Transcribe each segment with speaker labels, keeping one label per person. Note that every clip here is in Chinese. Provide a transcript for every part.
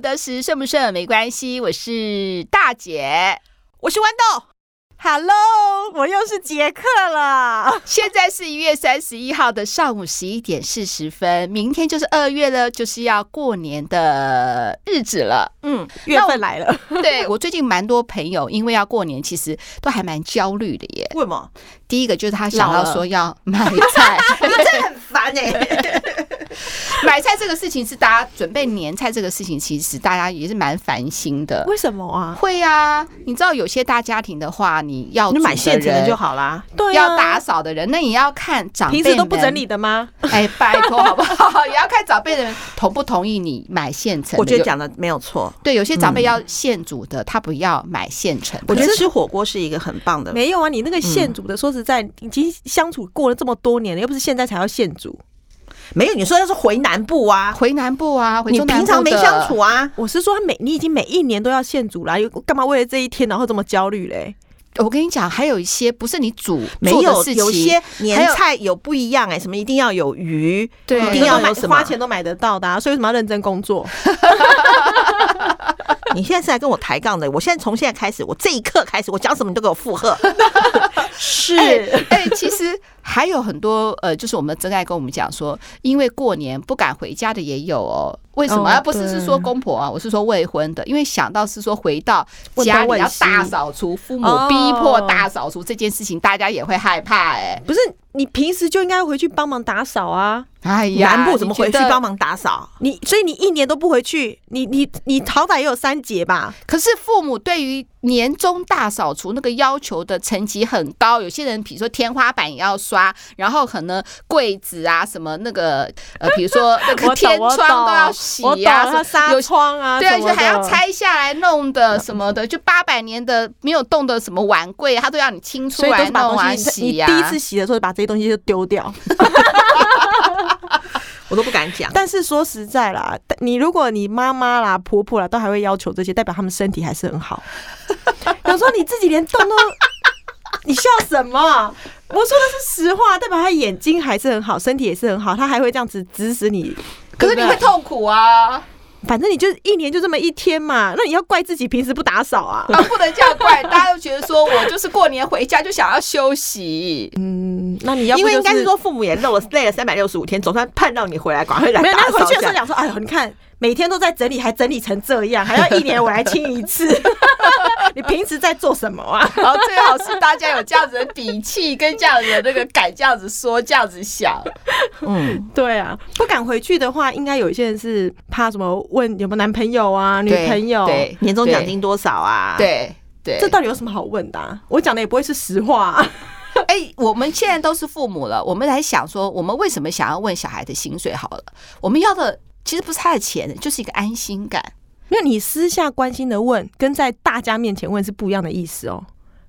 Speaker 1: 得时顺不顺没关系，我是大姐。
Speaker 2: 我是豌豆。Hello，我又是杰克了。
Speaker 1: 现在是一月三十一号的上午十一点四十分，明天就是二月了，就是要过年的日子 了。
Speaker 2: 嗯，月份来了，
Speaker 1: 对我最近蛮多朋友，因为要过年，其实都还蛮焦虑的耶。
Speaker 2: 为什 么？
Speaker 1: 第一个就是他想
Speaker 2: 老
Speaker 1: 要
Speaker 2: 了
Speaker 1: 说要买菜，
Speaker 2: 你们真的很烦哎、
Speaker 1: 买菜这个事情是大家准备年菜这个事情，其实大家也是蛮烦心的。
Speaker 2: 为什么啊？
Speaker 1: 会啊，你知道有些大家庭的话，你要
Speaker 2: 你买
Speaker 1: 煮
Speaker 2: 现成的
Speaker 1: 人
Speaker 2: 就好啦。对啊
Speaker 1: 要打，扫的人，那也要看长辈
Speaker 2: 平时都不
Speaker 1: 们
Speaker 2: 整理，的吗？
Speaker 1: 哎，拜托好不好？ 也要看长辈的人同不同意你买现成的。
Speaker 2: 我觉得
Speaker 1: 有
Speaker 2: 讲的没有错。
Speaker 1: 对，有些长辈要现煮的，他不要买现成的。
Speaker 2: 我觉得吃火锅是一个很棒的，
Speaker 3: 没有啊，你那个现煮的，说实在，已经相处过了这么多年了，又不是现在才要现煮。
Speaker 2: 没有你说要是回南部啊，
Speaker 1: 回南部啊，回
Speaker 2: 你
Speaker 1: 中南
Speaker 2: 平
Speaker 1: 部
Speaker 2: 常没
Speaker 1: 的
Speaker 2: 相处啊，
Speaker 3: 我是说，每你已经每一年都要现煮啦，又干嘛为了这一天然后这么焦虑嘞？
Speaker 1: 我跟你讲，还有一些不是你煮
Speaker 2: 没
Speaker 1: 做的
Speaker 2: 有
Speaker 1: 事情
Speaker 2: 有些
Speaker 1: 还
Speaker 2: 年
Speaker 1: 有
Speaker 2: 菜有不一样哎、什么一定要有鱼，
Speaker 1: 对
Speaker 2: 一定要
Speaker 3: 买
Speaker 2: 有什么
Speaker 3: 花？钱都买得到的、啊，所以为什么要认真工作？
Speaker 2: 你现在是来跟我抬杠的，我现在从现在开始，我这一刻开始，我讲什么你都给我附 和。
Speaker 3: 是
Speaker 1: 哎哎、其实还有很多呃，就是我们的真爱跟我们讲说，因为过年不敢回家的也有哦。为什么？
Speaker 3: 哦
Speaker 1: 啊不是是说公婆啊，我是说未婚的，因为想到是说回到
Speaker 3: 问
Speaker 1: 家
Speaker 3: 东
Speaker 1: 里
Speaker 3: 问
Speaker 1: 要
Speaker 3: 西
Speaker 1: 大扫除，父母
Speaker 3: 哦
Speaker 1: 逼迫大扫除这件事情，大家也会害怕哎、
Speaker 3: 不是你平时就应该回去帮忙打扫啊？
Speaker 1: 哎呀，
Speaker 2: 南部怎么回去
Speaker 1: 你觉得
Speaker 2: 帮？忙打扫？
Speaker 3: 你所以你一年都不回去，你你你好歹也有三节吧？
Speaker 1: 可是父母对于年终大扫除那个要求的层级很高，有些人比如说天花板也要刷，然后可能柜子啊什么那个 呃，比如说那个
Speaker 3: 我懂
Speaker 1: 天
Speaker 3: 我
Speaker 1: 窗都要洗
Speaker 3: 我懂
Speaker 1: 呀、
Speaker 3: 要
Speaker 1: 啊，
Speaker 3: 纱
Speaker 1: 有
Speaker 3: 窗啊，
Speaker 1: 对啊，
Speaker 3: 什
Speaker 1: 而
Speaker 3: 么
Speaker 1: 且还要
Speaker 3: 的。
Speaker 1: 拆下来弄的什么的，就八百年的没有动的什么碗柜，他都要你清出
Speaker 3: 所以都
Speaker 1: 来
Speaker 3: 是把
Speaker 1: 弄
Speaker 3: 东
Speaker 1: 啊
Speaker 3: 西，
Speaker 1: 洗
Speaker 3: 你
Speaker 1: 呀、
Speaker 3: 第一次洗的时候把这些东西就丢掉。
Speaker 2: 我都不敢讲。
Speaker 3: 但是说实在啦，但你如果你妈妈啦、婆婆啦都还会要求这些，代表他们身体还是很好。有时候你自己连动都， 你笑什么？我说的是实话，代表他眼睛还是很好，身体也是很好，他还会这样子指使你。
Speaker 1: 可是你
Speaker 3: 对不
Speaker 1: 会
Speaker 3: 对，
Speaker 1: 痛苦啊。
Speaker 3: 反正你就一年就这么一天嘛，那你要怪自己平时不打扫啊。
Speaker 1: 啊，不能这样怪，大家都觉得说我就是过年回家就想要休息，
Speaker 3: 嗯，那你要不
Speaker 2: 因为
Speaker 3: 就
Speaker 2: 应该是说父母也累了累了三百六十五天，总算盼到你回来，赶快来
Speaker 3: 没有，
Speaker 2: 打
Speaker 3: 那
Speaker 2: 扫
Speaker 3: 回
Speaker 2: 一
Speaker 3: 去的时候
Speaker 2: 下。
Speaker 3: 讲说，哎呦，你看每天都在整理，还整理成这样，还要一年我来清一次。你平时在做什么啊？
Speaker 1: 然后最好是大家有这样子的底气跟这样子的那个敢这样子说、这样子想。
Speaker 2: 嗯，
Speaker 3: 对啊，不敢回去的话，应该有一些人是怕什么？问有没有男朋友啊、女
Speaker 1: 对
Speaker 3: 朋友？
Speaker 1: 对
Speaker 2: 年终奖金多少啊？，
Speaker 1: 对对，
Speaker 3: 这到底有什么好问的、啊？我讲的也不会是实话、 啊。
Speaker 1: 哎、我们现在都是父母了，我们来想说，我们为什么想要问小孩的薪水？好了，我们要的其实不是他的钱，就是一个安心感。
Speaker 3: 没有，你私下关心的问，跟在大家面前问是不一样的意思哦。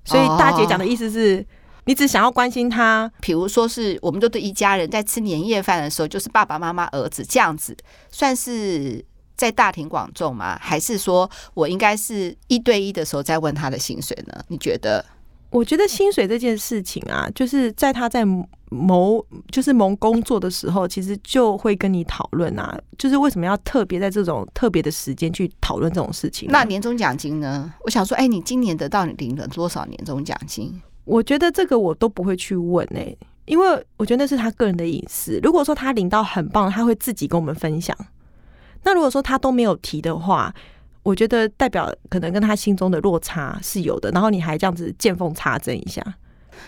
Speaker 3: 所以大姐讲的意思是，你只想要关心他，
Speaker 1: 比如说是，我们就对一家人在吃年夜饭的时候，就是爸爸妈妈、儿子这样子，算是在大庭广众吗？还是说我应该是一对一的时候再问他的薪水呢？你觉得？
Speaker 3: 我觉得薪水这件事情啊，就是在他在谋就是谋工作的时候，其实就会跟你讨论啊，就是为什么要特别在这种特别的时间去讨论这种事情啊、
Speaker 1: 那年终奖金呢？我想说，哎、你今年得到你领了多少年终奖金？
Speaker 3: 我觉得这个我都不会去问诶、因为我觉得那是他个人的隐私。如果说他领到很棒，他会自己跟我们分享。那如果说他都没有提的话，我觉得代表可能跟他心中的落差是有的。然后你还这样子见缝插针一下，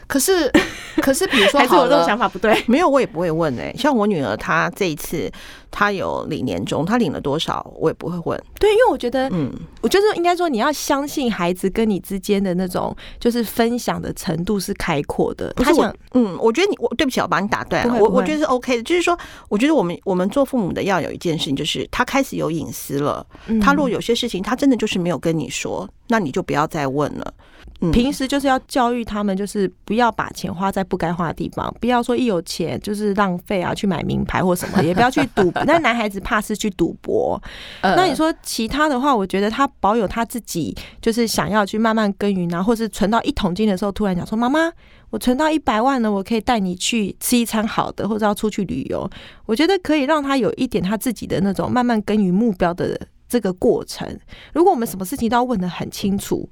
Speaker 1: 可是， 可是，比如说
Speaker 3: 还是
Speaker 1: 好
Speaker 3: 我这种
Speaker 1: 了，
Speaker 3: 想法不对？
Speaker 2: 没有我也不会问哎、像我女儿她这一次她有领年终，她领了多少我也不会问。
Speaker 3: 对，因为我觉得，
Speaker 2: 嗯，
Speaker 3: 我觉得应该说你要相信孩子跟你之间的那种就是分享的程度是开阔的。
Speaker 2: 不是
Speaker 3: 他想
Speaker 2: 我，嗯，我觉得你我对不起，我把你打断
Speaker 3: 不
Speaker 2: 了。
Speaker 3: 会
Speaker 2: 我
Speaker 3: 不会
Speaker 2: 我觉得是 OK 的，就是说，我觉得我们我们做父母的要有一件事情，就是他开始有隐私了。
Speaker 3: 嗯
Speaker 2: 他如果有些事情他真的就是没有跟你说，那你就不要再问了。嗯
Speaker 3: 平时就是要教育他们，就是不要把钱花在不该花的地方，不要说一有钱就是浪费啊，去买名牌或什么，也不要去赌。 那男孩子怕是去赌博。
Speaker 1: 呃
Speaker 3: 那你说其他的话，我觉得他保有他自己，就是想要去慢慢耕耘啊，或是存到一桶金的时候，突然讲说：“妈妈，我存到一百万了，我可以带你去吃一餐好的，或者要出去旅游。”我觉得可以让他有一点他自己的那种慢慢耕耘目标的这个过程。如果我们什么事情都要问的很清楚，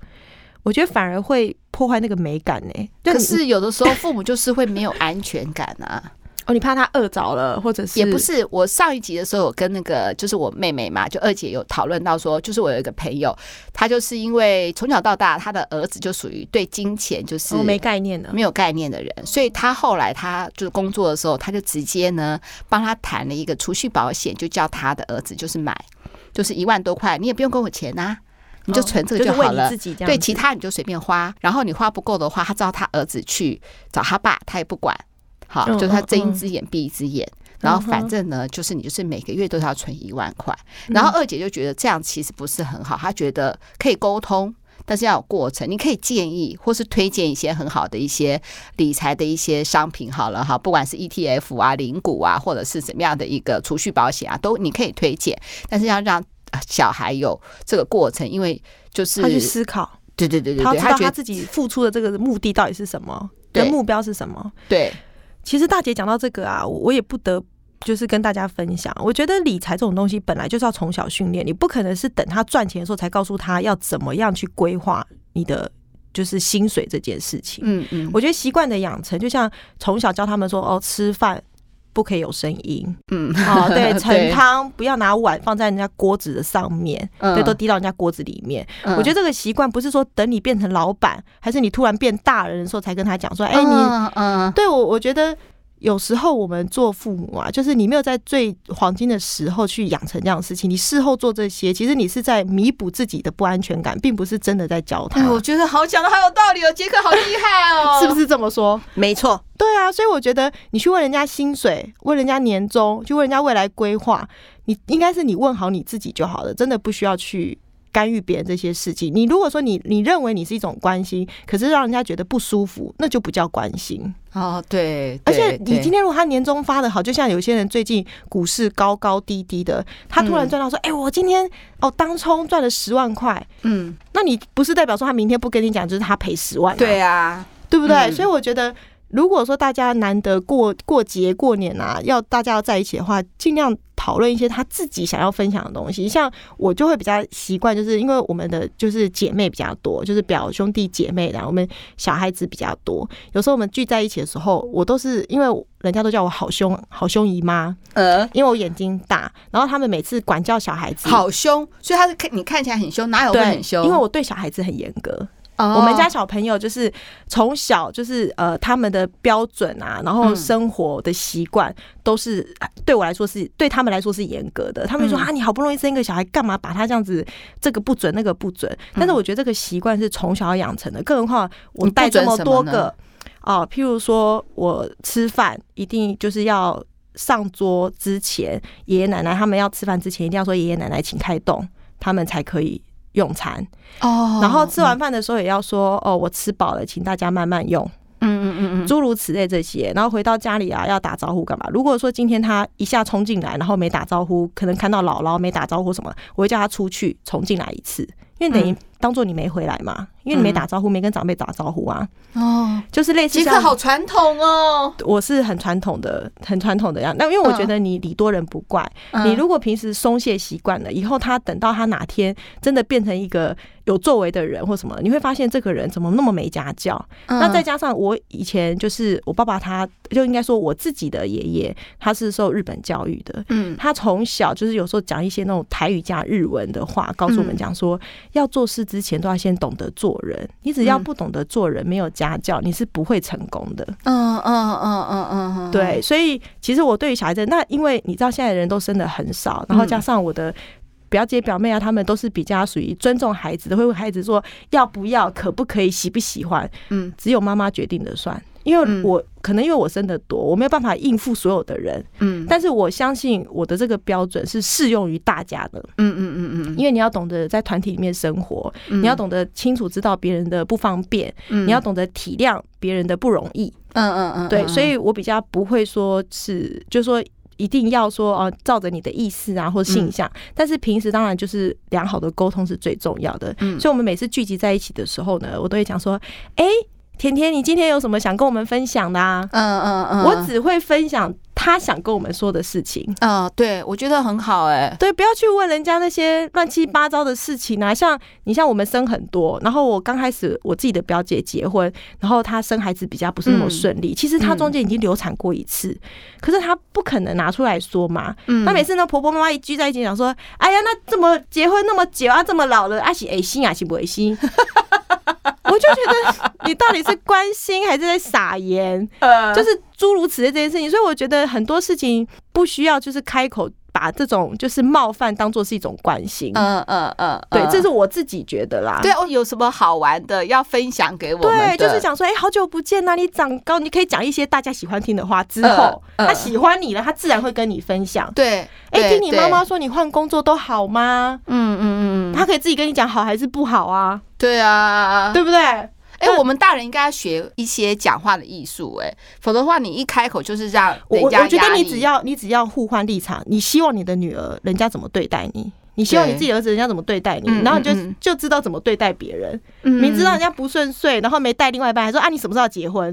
Speaker 3: 我觉得反而会破坏那个美感呢、就
Speaker 1: 可
Speaker 3: 你
Speaker 1: 是有的时候父母就是会没有安全感啊。
Speaker 3: 哦，你怕他饿着了，或者 是
Speaker 1: 也不是，我上一集的时候，我跟那个就是我妹妹嘛，就二姐有讨论到说，就是我有一个朋友，她就是因为从小到大，她的儿子就属于对金钱就是
Speaker 3: 哦我没概念的，
Speaker 1: 没有概念的人，所以她后来她就是工作的时候，她就直接呢帮他谈了一个储蓄保险，就叫他的儿子就是买，就是一万多块，你也不用跟我钱呐、你就存这个
Speaker 3: 哦就
Speaker 1: 好
Speaker 3: 是为
Speaker 1: 了
Speaker 3: 你自。己这样子，
Speaker 1: 对，其他你就随便花，然后你花不够的话，他知道他儿子去找他爸，他也不管，好，
Speaker 3: 嗯
Speaker 1: 就是他
Speaker 3: 嗯
Speaker 1: 睁一
Speaker 3: 嗯
Speaker 1: 只眼闭一只眼。然后反正呢，就是你就是每个月都要存一万块。然
Speaker 3: 嗯
Speaker 1: 后二姐就觉得这样其实不是很好，她觉得可以沟通，但是要有过程。你可以建议或是推荐一些很好的一些理财的一些商品，好了哈，不管是 ETF 啊、零股啊，或者是怎么样的一个储蓄保险啊，都你可以推荐，但是要让呃小孩有这个过程，因为就是
Speaker 3: 他去思考，
Speaker 1: 对对对对
Speaker 3: 他
Speaker 1: 对，
Speaker 3: 要知道
Speaker 1: 觉得
Speaker 3: 他自己付出的这个目的到底是什么，
Speaker 1: 对
Speaker 3: 跟目标是什么。
Speaker 1: 对
Speaker 3: 其实大姐讲到这个啊，我我也不得。就是跟大家分享，我觉得理财这种东西本来就是要从小训练，你不可能是等他赚钱的时候才告诉他要怎么样去规划你的就是薪水这件事情。
Speaker 1: 嗯嗯，
Speaker 3: 我觉得习惯的养成，就像从小教他们说哦，吃饭不可以有声 音
Speaker 1: 嗯
Speaker 3: 哦，对，盛
Speaker 1: 对
Speaker 3: 汤不要拿碗放在人家锅子的上面，
Speaker 1: 嗯
Speaker 3: 对，都滴到人家锅子里面。我觉
Speaker 1: 得
Speaker 3: 得这个习惯不是说等你变成老板，还是你突然变大人的时候才跟他讲说，哎，你
Speaker 1: 嗯嗯
Speaker 3: 对我，我觉得。有时候我们做父母啊，就是你没有在最黄金的时候去养成这样的事情，你事后做这些，其实你是在弥补自己的不安全感，并不是真的在教他
Speaker 1: 哎，，我觉得好讲的好有道理哦，杰克好厉害哦，
Speaker 3: 是不是这么说？
Speaker 2: 没错，
Speaker 3: 对啊，所以我觉得你去问人家薪水，问人家年终，去问人家未来规划，你应该是你问好你自己就好了，真的不需要去干预别人这些事情。你如果说你你认为你是一种关心，可是让人家觉得不舒服，那就不叫关心。
Speaker 1: 哦，对，
Speaker 3: 而且
Speaker 1: 对
Speaker 3: 你今天如果他年终发的好，就像有些人最近股市高高低低的，他突然赚到说，哎、我今天哦当冲赚了十万块，
Speaker 1: 嗯，
Speaker 3: 那你不是代表说他明天不跟你讲，就是他赔十万、啊？
Speaker 1: 对啊，
Speaker 3: 对不对？
Speaker 1: 嗯
Speaker 3: 所以我觉得，如果说大家难得过过节过年啊，要大家要在一起的话，尽量讨论一些他自己想要分享的东西。像我就会比较习惯，就是因为我们的就是姐妹比较多，就是表兄弟姐妹啦，我们小孩子比较多。有时候我们聚在一起的时候，我都是因为人家都叫我好兄好兄姨妈，
Speaker 1: 呃，
Speaker 3: 因为我眼睛大，然后他们每次管教小孩子。
Speaker 1: 好凶，所以他是看你看起来很凶，哪有会
Speaker 3: 对
Speaker 1: 很，凶？
Speaker 3: 因为我对小孩子很严格，
Speaker 1: 哦
Speaker 3: 我们家小朋友就是从小就是呃，他们的标准啊，然后
Speaker 1: 嗯
Speaker 3: 生活的习惯都是对我来说是对他们来说是严格的。他们说
Speaker 1: 嗯
Speaker 3: 啊，你好不容易生一个小孩，干嘛把他这样子这个不准那个不准？
Speaker 1: 嗯
Speaker 3: 但是我觉得这个习惯是从小养成的，更何况我带这么多
Speaker 1: 你不准什么呢
Speaker 3: 个哦、譬如说我吃饭一定就是要。上桌之前，爷爷奶奶他们要吃饭之前，一定要说爷爷奶奶请开动，他们才可以用餐。
Speaker 1: 哦，
Speaker 3: 然后吃完饭的时候也要说哦，我吃饱了，请大家慢慢用，
Speaker 1: 嗯，嗯嗯嗯嗯，
Speaker 3: 诸如此类这些。然后回到家里啊，要打招呼干嘛？如果说今天他一下冲进来，然后没打招呼，可能看到姥姥没打招呼什么，我会叫他出去重进来一次，因为等于
Speaker 1: 嗯
Speaker 3: 当做你没回来嘛，因为你没打招呼，没跟长辈打招呼啊，
Speaker 1: 哦，
Speaker 3: 就是类似
Speaker 1: 杰
Speaker 3: 这
Speaker 1: 克
Speaker 3: 样。
Speaker 1: 好传统哦，
Speaker 3: 我是很传统的，很传统的样。那因为
Speaker 1: 嗯
Speaker 3: 我觉得你礼多人不怪，你如果平时松懈习惯了，以后他等到他哪天真的变成一个有作为的人或什么，你会发现这个人怎么那么没家教。
Speaker 1: 嗯
Speaker 3: 那再加上我以前就是我爸爸他，就应该说我自己的爷爷，他是受日本教育的。
Speaker 1: 嗯
Speaker 3: 他从小就是有时候讲一些那种台语加日文的话，告诉我们讲说，要做事之前都要先懂得做人。你只要
Speaker 1: 嗯
Speaker 3: 不懂得做人，没有家教，你是不会成功的。
Speaker 1: 嗯嗯嗯嗯嗯嗯，
Speaker 3: 对，所以其实我对于小孩子，那因为你知道现在的人都生的很少，然后
Speaker 1: 嗯
Speaker 3: 加上我的表姐表妹啊，他们都是比较属于尊重孩子的，会问孩子说要不要、可不可以、喜不喜欢，
Speaker 1: 嗯
Speaker 3: 只有妈妈决定的算。因为
Speaker 1: 嗯
Speaker 3: 我、可能因为我生的多，我没有办法应付所有的人，
Speaker 1: 嗯，
Speaker 3: 但是我相信我的这个标准是适用于大家的，
Speaker 1: 嗯嗯嗯嗯，
Speaker 3: 因为你要懂得在团体里面生活，
Speaker 1: 你
Speaker 3: 你要，懂得清楚知道别人的不方便，
Speaker 1: 嗯
Speaker 3: 你要，懂得体谅别人的不容易，
Speaker 1: 嗯嗯嗯，
Speaker 3: 对，
Speaker 1: 嗯
Speaker 3: 所以我比较不会说是，就说一定要说哦、照着你的意思啊或
Speaker 1: 嗯
Speaker 3: 性向，但是平时当然就是良好的沟通是最重要的。
Speaker 1: 嗯
Speaker 3: 所以我们每次聚集在一起的时候呢，我都会讲说，哎、甜甜，你今天有什么想跟我们分享的啊？
Speaker 1: 嗯嗯嗯，
Speaker 3: 我只会分享他想跟我们说的事情。
Speaker 1: 嗯、对，我觉得很好哎、
Speaker 3: 对，不要去问人家那些乱七八糟的事情啊！像你像我们生很多，然后我刚开始我自己的表姐结婚，然后她生孩子比较不是那么顺利，其实她中间已经流产过一次，可是她不可能拿出来说嘛。
Speaker 1: 嗯
Speaker 3: 那每次呢，婆婆妈妈一聚在一起讲说：“哎呀，那怎么结婚那么久啊，这么老了，啊是哎心啊是不哎心？” 我就觉得你到底是关心还是在撒盐？
Speaker 1: 呃
Speaker 3: 就是诸如此类这件事情，所以我觉得很多事情不需要就是开口把这种就是冒犯当做是一种关心。
Speaker 1: 嗯嗯嗯，
Speaker 3: 对，这
Speaker 1: 是
Speaker 3: 是我自己觉得啦。
Speaker 1: 对哦，有什么好玩的要分享给我
Speaker 3: 对，
Speaker 1: 们的？啊
Speaker 3: 就是讲说，哎、好久不见呐、你长高，你可以讲一些大家喜欢听的话。之后、
Speaker 1: 嗯嗯
Speaker 3: 他喜欢你了，他自然会跟你分享。
Speaker 1: 对，
Speaker 3: 哎、
Speaker 1: 对
Speaker 3: 听你妈，妈
Speaker 1: 对
Speaker 3: 说你换工作都好吗？
Speaker 1: 嗯嗯嗯嗯，
Speaker 3: 他可以自己跟你讲好还是不好啊，
Speaker 1: 对啊，
Speaker 3: 对不对？
Speaker 1: 哎、我们大人应该要学一些讲话的艺术，哎，否则的话，你一开口就是让
Speaker 3: 我
Speaker 1: 人
Speaker 3: 我
Speaker 1: 家
Speaker 3: 我觉
Speaker 1: 压
Speaker 3: 得你
Speaker 1: 力
Speaker 3: 只要你只要互换立场，你希望你的女儿人家怎么对待你，你希望你
Speaker 1: 对
Speaker 3: 自己的儿子人家怎么对待你，
Speaker 1: 嗯
Speaker 3: 然后你就、
Speaker 1: 嗯嗯
Speaker 3: 就知道怎么对待别人。
Speaker 1: 嗯
Speaker 3: 明知道人家不顺遂，然后没带另外一半，还说啊你什么时候要结婚？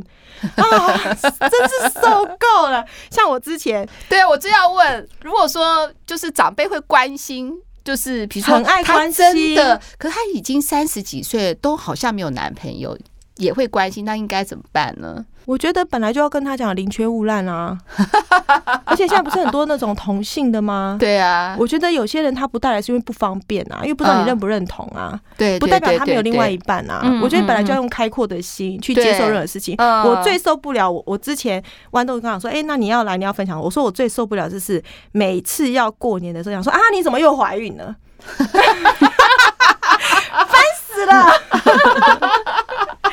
Speaker 3: 啊， 真是受够了！像我之前
Speaker 1: 对，我就要问，如果说就是长辈会关心。就是比如说，
Speaker 3: 很爱关
Speaker 1: 真
Speaker 3: 心
Speaker 1: 的，可是他已经三十几岁了，都好像没有男朋友，也会关心，那应该怎么办呢？
Speaker 3: 我觉得本来就要跟他讲宁缺毋 滥啊，而且现在不是很多那种同性的吗？
Speaker 1: 对啊，
Speaker 3: 我觉得有些人他不带来是因为不方便啊，因为不知
Speaker 1: 嗯
Speaker 3: 道你认不认同啊，
Speaker 1: 对，
Speaker 3: 不
Speaker 1: 对
Speaker 3: 代表
Speaker 1: 对
Speaker 3: 他没有
Speaker 1: 对
Speaker 3: 另外
Speaker 1: 对
Speaker 3: 一半啊
Speaker 1: 嗯。
Speaker 3: 我觉得本来
Speaker 1: 嗯
Speaker 3: 就要用开阔的心去接受
Speaker 1: 对
Speaker 3: 任何事情。
Speaker 1: 嗯
Speaker 3: 我最受不了，我我之前豌豆刚讲说，哎、那你要来，你要分享。我说我最受不了就是每次要过年的时候，想说啊，你怎么又怀孕了？ 烦死了！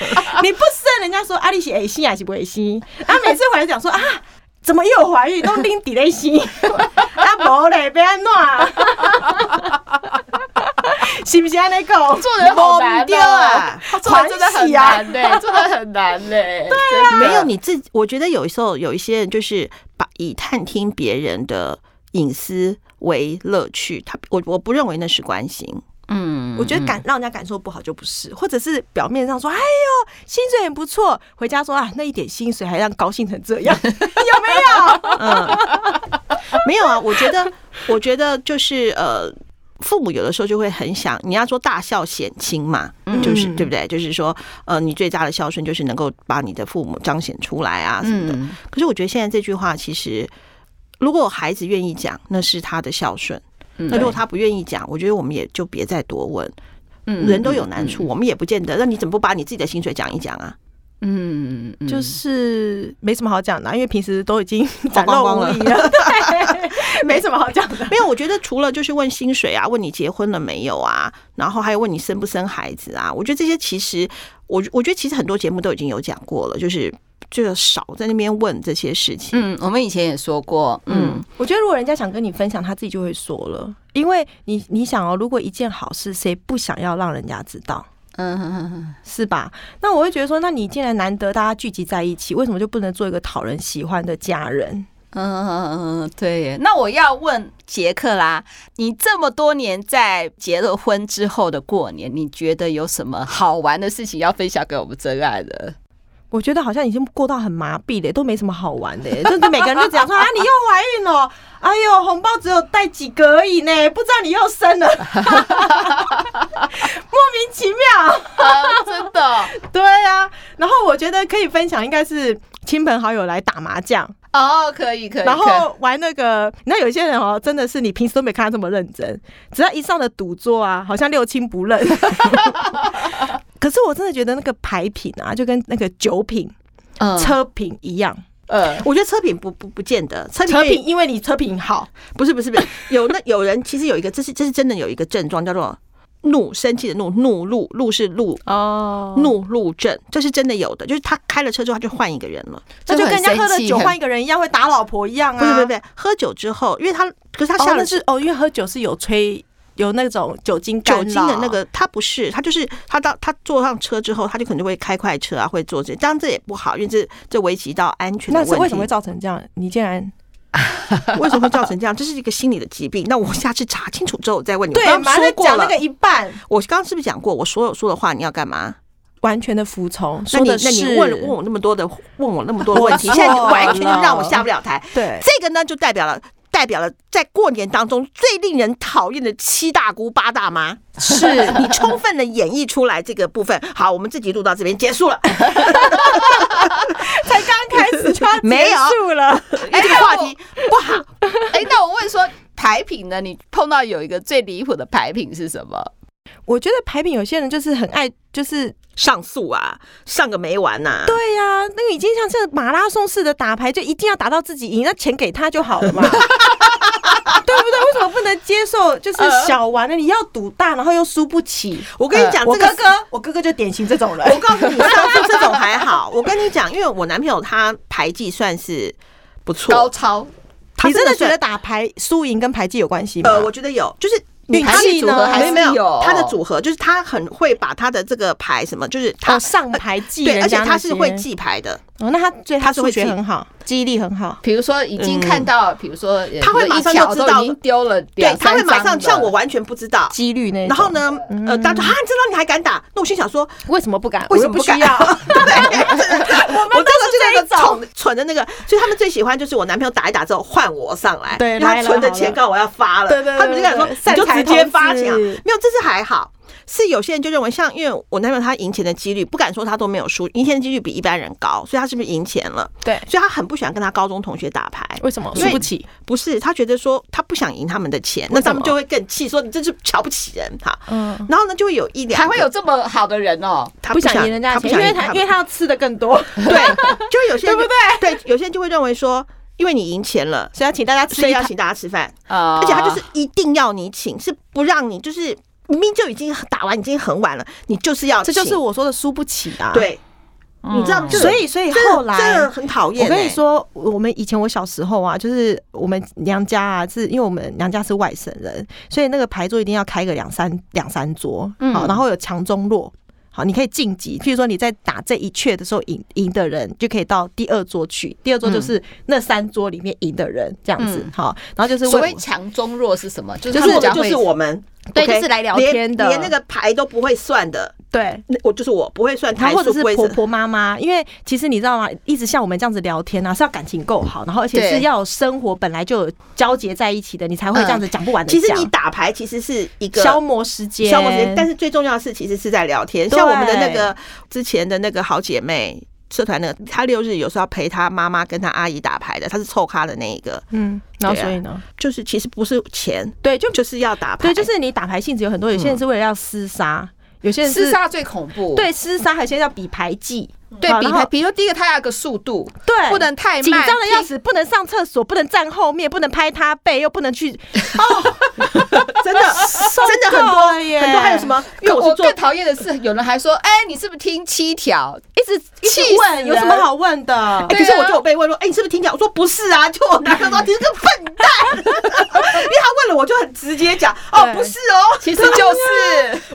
Speaker 3: 你不生，人家说啊，你是 A 心还是不 A 心？啊，每次回来讲说啊，怎么又怀孕？都拎底嘞心， 啊，无嘞，别安怎？ 是不是安尼讲？
Speaker 1: 做人好难
Speaker 3: 丢
Speaker 1: 哦
Speaker 3: 啊！
Speaker 1: 做人真的很难呢、
Speaker 3: 啊
Speaker 1: 做人很难呢、对啊
Speaker 2: 没有你自己，我觉得有时候有一些人就是把以探听别人的隐私为乐趣，他我我不认为那是关心。
Speaker 1: 嗯
Speaker 3: 我觉得感让人家感受不好就不是，或者是表面上说哎呦薪水很不错，回家说啊那一点薪水还让高兴成这 样，有没有？
Speaker 2: 嗯，没有啊，我觉得， 我觉得就是呃，父母有的时候就会很想，你要说大孝显亲嘛，就是
Speaker 3: 嗯
Speaker 2: 对不对？就是说，呃，你最大的孝顺就是能够把你的父母彰显出来啊什么的。
Speaker 1: 嗯
Speaker 2: 可是我觉得现在这句话其实。如果孩子愿意讲，那是他的孝顺；
Speaker 1: 嗯
Speaker 3: 呃
Speaker 2: 那如果他不愿意讲，我觉得我们也就别再多问。
Speaker 1: 嗯
Speaker 2: 人都有难处，我们也不见得。那你怎么不把你自己的薪水讲一讲啊？
Speaker 1: 嗯嗯嗯
Speaker 3: 就是没什么好讲的啊，因为平时都已 经展
Speaker 2: 光光
Speaker 3: 露
Speaker 2: 光
Speaker 3: 无
Speaker 2: 了
Speaker 3: 遗了，对，没什么好讲的。
Speaker 2: 没有，我觉得除了就是问薪水啊，问你结婚了没有啊，然后还有问你生不生孩子啊，我觉得这些其实，我我觉得其实很多节目都已经有讲过了，就是就少在那边问这些事情。
Speaker 1: 嗯，我们以前也说过，嗯
Speaker 3: 我觉得如果人家想跟你分享，他自己就会说了，因为你你想哦，如果一件好事，谁不想要让人家知道？
Speaker 1: 嗯嗯嗯
Speaker 3: 是吧？那我会觉得说，那你既然难得大家聚集在一起，为什么就不能做一个讨人喜欢的家人？
Speaker 1: 嗯嗯，对耶。那我要问杰克啦，你这么多年在结了婚之后的过年，你觉得有什么好玩的事情要分享给我们真爱的？
Speaker 3: 我觉得好像已经过到很麻痹了，都没什么好玩的， 就是每个人就讲说啊，你又怀孕了， 哎呦，红包只有带几个而已呢，不知道你又生了， 莫名其妙。
Speaker 1: 啊，真的
Speaker 3: 对啊，然后我觉得可以分享，应该是亲朋好友来打麻将，
Speaker 1: 哦，可以可以。
Speaker 3: 然
Speaker 1: 可以
Speaker 3: 后玩那个，你知道有些人哦，真的是你平时都没看他这么认真，只要一上了赌桌啊，好像六亲不认。可是我真的觉得那个牌品啊，就跟那个酒品、
Speaker 1: 嗯
Speaker 3: 车品一样。
Speaker 1: 嗯
Speaker 2: 我觉得车品不不不见得，车品
Speaker 3: 车品，因为你车品好，
Speaker 2: 不是不是不是， 有那有人其实有一个，这是这是真的有一个症状叫做怒，生气的怒，怒路路是路。
Speaker 3: 哦
Speaker 2: 怒路症，这是真的有的，就是他开了车之后，他就换一个人了。
Speaker 3: 那就跟人家喝
Speaker 1: 就很
Speaker 3: 了
Speaker 1: 生气
Speaker 3: 酒
Speaker 1: 很
Speaker 3: 换一个人一样，会打老婆一样啊。
Speaker 2: 不是不是不是，喝酒之后，因为他可是他下
Speaker 3: 哦，那
Speaker 2: 了
Speaker 3: 是哦，因为喝酒是有吹有那种酒精干
Speaker 2: 酒
Speaker 3: 扰
Speaker 2: 精的那个，他不是，他就是他到他坐上车之后，他就可能就会开快车啊，会坐这，当然这也不好，因为这这危及到安全的
Speaker 3: 那
Speaker 2: 问题。
Speaker 3: 是为什么会造成这样？你竟然
Speaker 2: 为什么会造成这样？这是一个心理的疾病。那我下次查清楚之后再问你。我刚刚
Speaker 3: 马上
Speaker 2: 说过
Speaker 3: 讲那
Speaker 2: 了
Speaker 3: 个，一半，
Speaker 2: 我刚刚是不是讲过，我所有说的话你要干嘛？
Speaker 3: 完全的服从，
Speaker 2: 那
Speaker 3: 说
Speaker 2: 你
Speaker 3: 的
Speaker 2: 那你
Speaker 3: 是
Speaker 2: 问问 我那么多的问我那哦么多的
Speaker 3: 我
Speaker 2: 问题，
Speaker 3: 错
Speaker 2: 现在就完全就让我
Speaker 3: 了
Speaker 2: 下不了台。
Speaker 3: 对
Speaker 2: 这个呢，就代表了代表了在过年当中最令人讨厌的七大姑八大妈，是你充分的演绎出来这个部分。好，我们这集录到这边结束了，
Speaker 3: 才刚开始就要
Speaker 2: 没有
Speaker 3: 结束了，
Speaker 2: 哎，这个话题不好。
Speaker 1: 哎、那我问说，牌品呢？你碰到有一个最离谱的牌品是什么？
Speaker 3: 我觉得牌品有些人就是很爱，就是
Speaker 2: 上诉啊，上个没完呐、
Speaker 3: 对呀、那个已经像这马拉松式的打牌，就一定要打到自己赢，那钱给他就好 了嘛，对不对？为什么不能接受？就是小玩的，你要赌大，然后又输不起。
Speaker 2: 呃
Speaker 3: 呃
Speaker 2: 我跟你讲，
Speaker 3: 我
Speaker 2: 这个
Speaker 3: 哥哥，我哥哥就典型这种人。
Speaker 2: 我告诉你，上述这种还好。我跟你讲，因为我男朋友他牌技算是不
Speaker 1: 高
Speaker 2: 错，
Speaker 1: 超，
Speaker 2: 他
Speaker 3: 你真的觉
Speaker 2: 算
Speaker 3: 得打牌输赢跟牌技有关系吗？
Speaker 2: 呃，我觉得有，就是。
Speaker 3: 运
Speaker 2: 他
Speaker 3: 气
Speaker 2: 的组合
Speaker 3: 呢
Speaker 2: 还是
Speaker 1: 还是
Speaker 2: 没有
Speaker 1: 有
Speaker 2: 他的组合，就是他很会把他的这个牌什么，就是他
Speaker 3: 哦上牌技
Speaker 2: 对，
Speaker 3: 人
Speaker 2: 而且
Speaker 3: 家那些，
Speaker 2: 他是会记牌的，
Speaker 3: 哦，那他所以
Speaker 2: 他
Speaker 3: 他
Speaker 2: 是
Speaker 3: 数
Speaker 2: 会
Speaker 3: 学
Speaker 2: 记
Speaker 3: 很好，记忆力很好。
Speaker 1: 比如说已经看到，比、如说呃
Speaker 2: 嗯他会马上就
Speaker 1: 有一条都
Speaker 2: 知道
Speaker 1: 已经丢了
Speaker 2: 对
Speaker 1: 两，
Speaker 2: 他会
Speaker 1: 三张
Speaker 2: 马上
Speaker 1: 了
Speaker 2: 像我完全不知道。
Speaker 3: 几率那种，嗯
Speaker 2: 然后呢，呃，大家说啊，你知道你还敢打？那我心想说，
Speaker 3: 为什么不敢？
Speaker 2: 为什么
Speaker 3: 我又不
Speaker 2: 不敢
Speaker 3: 需 要？
Speaker 2: 我们就是那个蠢蠢的那个，所以他们最喜欢就是我男朋友打一打之后换我上来，
Speaker 3: 对
Speaker 2: 因为他
Speaker 3: 来了
Speaker 2: 存的
Speaker 3: 好
Speaker 2: 钱
Speaker 3: 了
Speaker 2: 刚好我要发了，
Speaker 3: 对对对
Speaker 2: 他们就跟我说你
Speaker 3: 对
Speaker 2: 就
Speaker 3: 散财
Speaker 2: 直接
Speaker 3: 童
Speaker 2: 发钱啊，
Speaker 3: 子
Speaker 2: 没有，这是还好。是有些人就认为像，因为我男朋友他赢钱的几率，不敢说他都没有输，赢钱的几率比一般人高，所以他是不是赢钱了？
Speaker 3: 对，
Speaker 2: 所以他很不喜欢跟他高中同学打牌，
Speaker 3: 为什么
Speaker 2: 因为
Speaker 3: 哦输不起？
Speaker 2: 不是他觉得说他不想赢他们的钱，那
Speaker 3: 为什
Speaker 2: 他
Speaker 3: 么
Speaker 2: 们就会更气，说你真是瞧不起人哈。
Speaker 3: 嗯，
Speaker 2: 然后呢，就会有一两个
Speaker 1: 还会有这么好的人哦、
Speaker 2: 他
Speaker 3: 不想赢人家
Speaker 2: 他
Speaker 3: 的
Speaker 2: 不
Speaker 3: 钱，
Speaker 2: 想
Speaker 3: 因为
Speaker 2: 赢
Speaker 3: 他
Speaker 2: 们
Speaker 3: 因为他要吃的更 多，所
Speaker 2: 对，就有些人
Speaker 3: 对不
Speaker 2: 对？对，有些人就会认为说，因为你赢钱了，
Speaker 3: 以要请大家吃
Speaker 2: 所
Speaker 3: 一
Speaker 2: 以要
Speaker 3: 套
Speaker 2: 请大家吃饭，
Speaker 1: 啊、
Speaker 2: 而且他就是一定要你请，是不让你就是明明就已经打完，已经很晚了，你就是要
Speaker 3: 这
Speaker 2: 啊请，
Speaker 3: 就是我说的输不起啊。，
Speaker 2: 对，
Speaker 1: 哦
Speaker 2: 你知道
Speaker 1: 嗯
Speaker 2: 这个
Speaker 3: 所以所以
Speaker 2: 这个
Speaker 3: 后
Speaker 2: 这个
Speaker 3: 来。
Speaker 2: 很讨厌。欸
Speaker 3: 我跟你，说，我们以前我小时候啊，就是我们娘家啊，是因为我们娘家是外省人，所以那个牌桌一定要开个两三两三桌，
Speaker 1: 嗯
Speaker 3: 好，然后有强中弱，好，你可以晋级。譬如说你在打这一雀的时候赢赢的人，就可以到第二桌去，第二
Speaker 2: 嗯
Speaker 3: 桌就是那三桌里面赢的人这样子，
Speaker 1: 嗯
Speaker 3: 好，然后就是
Speaker 1: 所
Speaker 3: 为
Speaker 1: 谓强中弱是什么？就是
Speaker 2: 就
Speaker 1: 他们
Speaker 2: 是
Speaker 1: 比较
Speaker 2: 就是
Speaker 1: 会
Speaker 2: 我们，
Speaker 3: 对
Speaker 2: OK？
Speaker 3: 就是来聊
Speaker 2: 连
Speaker 3: 天的
Speaker 2: 连那个牌都不会算的，
Speaker 3: 对
Speaker 2: 那我就是我不会算
Speaker 3: 然
Speaker 2: 台
Speaker 3: 后或者
Speaker 2: 数
Speaker 3: 是
Speaker 2: 规
Speaker 3: 婆
Speaker 2: 则。
Speaker 3: 婆妈妈，因为其实你知道吗？一直像我们这样子聊天啊，是要感情够好，然后而且
Speaker 1: 对
Speaker 3: 是要有生活本来就有交结在一起的，你才会这样子讲不完的
Speaker 2: 嗯其
Speaker 3: 讲。
Speaker 2: 实你打牌其实是一个
Speaker 3: 消磨时间，
Speaker 2: 消磨时间，但是最重要的是其实是在聊天。
Speaker 3: 对
Speaker 2: 像我们的那个之前的那个好姐妹社团那个，她六日有时候要陪她妈妈跟她阿姨打牌的，她是凑咖的那一个，
Speaker 3: 嗯，然后
Speaker 2: 对啊
Speaker 3: 所以呢，
Speaker 2: 就是其实不是钱，
Speaker 3: 对，就
Speaker 2: 就是要打牌，嗯
Speaker 3: 对，就是你打牌性质有很多，有些人是为了要厮杀，有些人是
Speaker 1: 厮杀最恐怖。
Speaker 3: 对厮杀，还有些人要比牌技，
Speaker 1: 对
Speaker 3: 好
Speaker 1: 比
Speaker 3: 然后
Speaker 1: 牌，比如第一个它要有个速度，
Speaker 3: 对，
Speaker 1: 不能太慢，
Speaker 3: 紧张的要
Speaker 1: 听。
Speaker 3: 死，不能上厕所，不能站后面，不能拍他背，又不能去，
Speaker 2: 真的真的很
Speaker 3: 受够
Speaker 2: 多
Speaker 3: 了耶
Speaker 2: 很多，还有什么？因为
Speaker 1: 可
Speaker 2: 我是
Speaker 1: 我
Speaker 2: 做
Speaker 1: 最讨厌的是，有人还 说：“哎，你是不是听七条
Speaker 3: 一直一直
Speaker 1: 气死
Speaker 3: 问，有什么
Speaker 1: 人
Speaker 3: 好问的
Speaker 2: 哎、？
Speaker 1: 对
Speaker 2: 可是我
Speaker 1: 啊
Speaker 2: 就有被问说，哎、你是不是听讲？我说不是啊，就我男朋友说你是个笨蛋， 因为他问了我就很直接讲，哦，
Speaker 3: 对
Speaker 2: 不是哦，
Speaker 1: 其实就是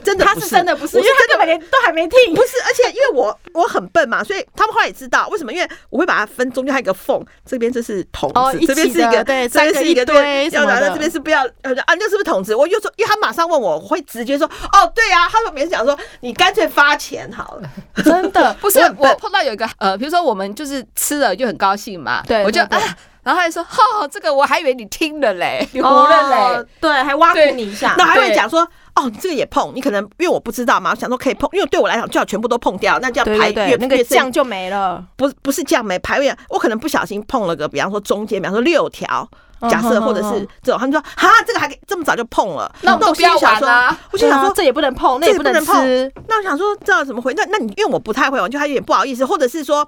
Speaker 2: 真的
Speaker 3: 他
Speaker 2: 不
Speaker 3: 是真的不是，
Speaker 2: 我
Speaker 3: 因为他
Speaker 2: 真
Speaker 3: 根
Speaker 2: 的
Speaker 3: 本连都还没听。
Speaker 2: 不是，而且因为我我很笨嘛，所以他们后来也知道为什么，因为我会把它分中间还有一个缝，这边这是筒子，
Speaker 3: 哦一起
Speaker 2: 这
Speaker 3: 的
Speaker 2: 边是一个，
Speaker 3: 对
Speaker 2: 这边是
Speaker 3: 三个
Speaker 2: 一个
Speaker 3: 一堆
Speaker 2: 对，要
Speaker 3: 什么
Speaker 2: 拿
Speaker 3: 的
Speaker 2: 到这边是不要，呃啊，那是不是筒子？我就说，因为他马上问我，我会直接说，哦，对啊，他就每次讲说，你干脆发钱好了，
Speaker 3: 真的
Speaker 1: 不是
Speaker 2: 我很笨
Speaker 1: 我碰到有一个呃，比如说我们就是吃了就很高兴嘛，
Speaker 3: 对
Speaker 1: 我就
Speaker 3: 对对
Speaker 1: 啊，然后他就说：“哦，这个我还以为你听了嘞， 你糊
Speaker 3: 哦
Speaker 1: 了嘞。
Speaker 3: 对，还挖
Speaker 1: 对
Speaker 3: 苦你一下
Speaker 2: 那，还会哦
Speaker 1: 对
Speaker 2: 排
Speaker 3: 对对
Speaker 2: 越
Speaker 3: 对，那个
Speaker 2: 越
Speaker 3: 酱就没了。
Speaker 2: 不不是酱梅排位，我可能不小心碰了个，比方说中间，比方说六条，
Speaker 3: 嗯
Speaker 2: 假设
Speaker 3: 哼
Speaker 2: 或者
Speaker 3: 哼
Speaker 2: 是这种，他们说哈，这个还可以这么早就碰了，
Speaker 1: 那我们都
Speaker 2: 心里
Speaker 1: 不要
Speaker 2: 想
Speaker 1: 玩
Speaker 2: 说
Speaker 1: 啦
Speaker 2: 我就想
Speaker 3: 对啊
Speaker 2: 说
Speaker 3: 这也不能碰，那
Speaker 2: 这也
Speaker 3: 也不
Speaker 2: 不能
Speaker 3: 能
Speaker 2: 碰
Speaker 3: 吃。哦
Speaker 2: 那我想说这要怎么回？那那你因为我不太会玩，就还有点不好意思，或者是说。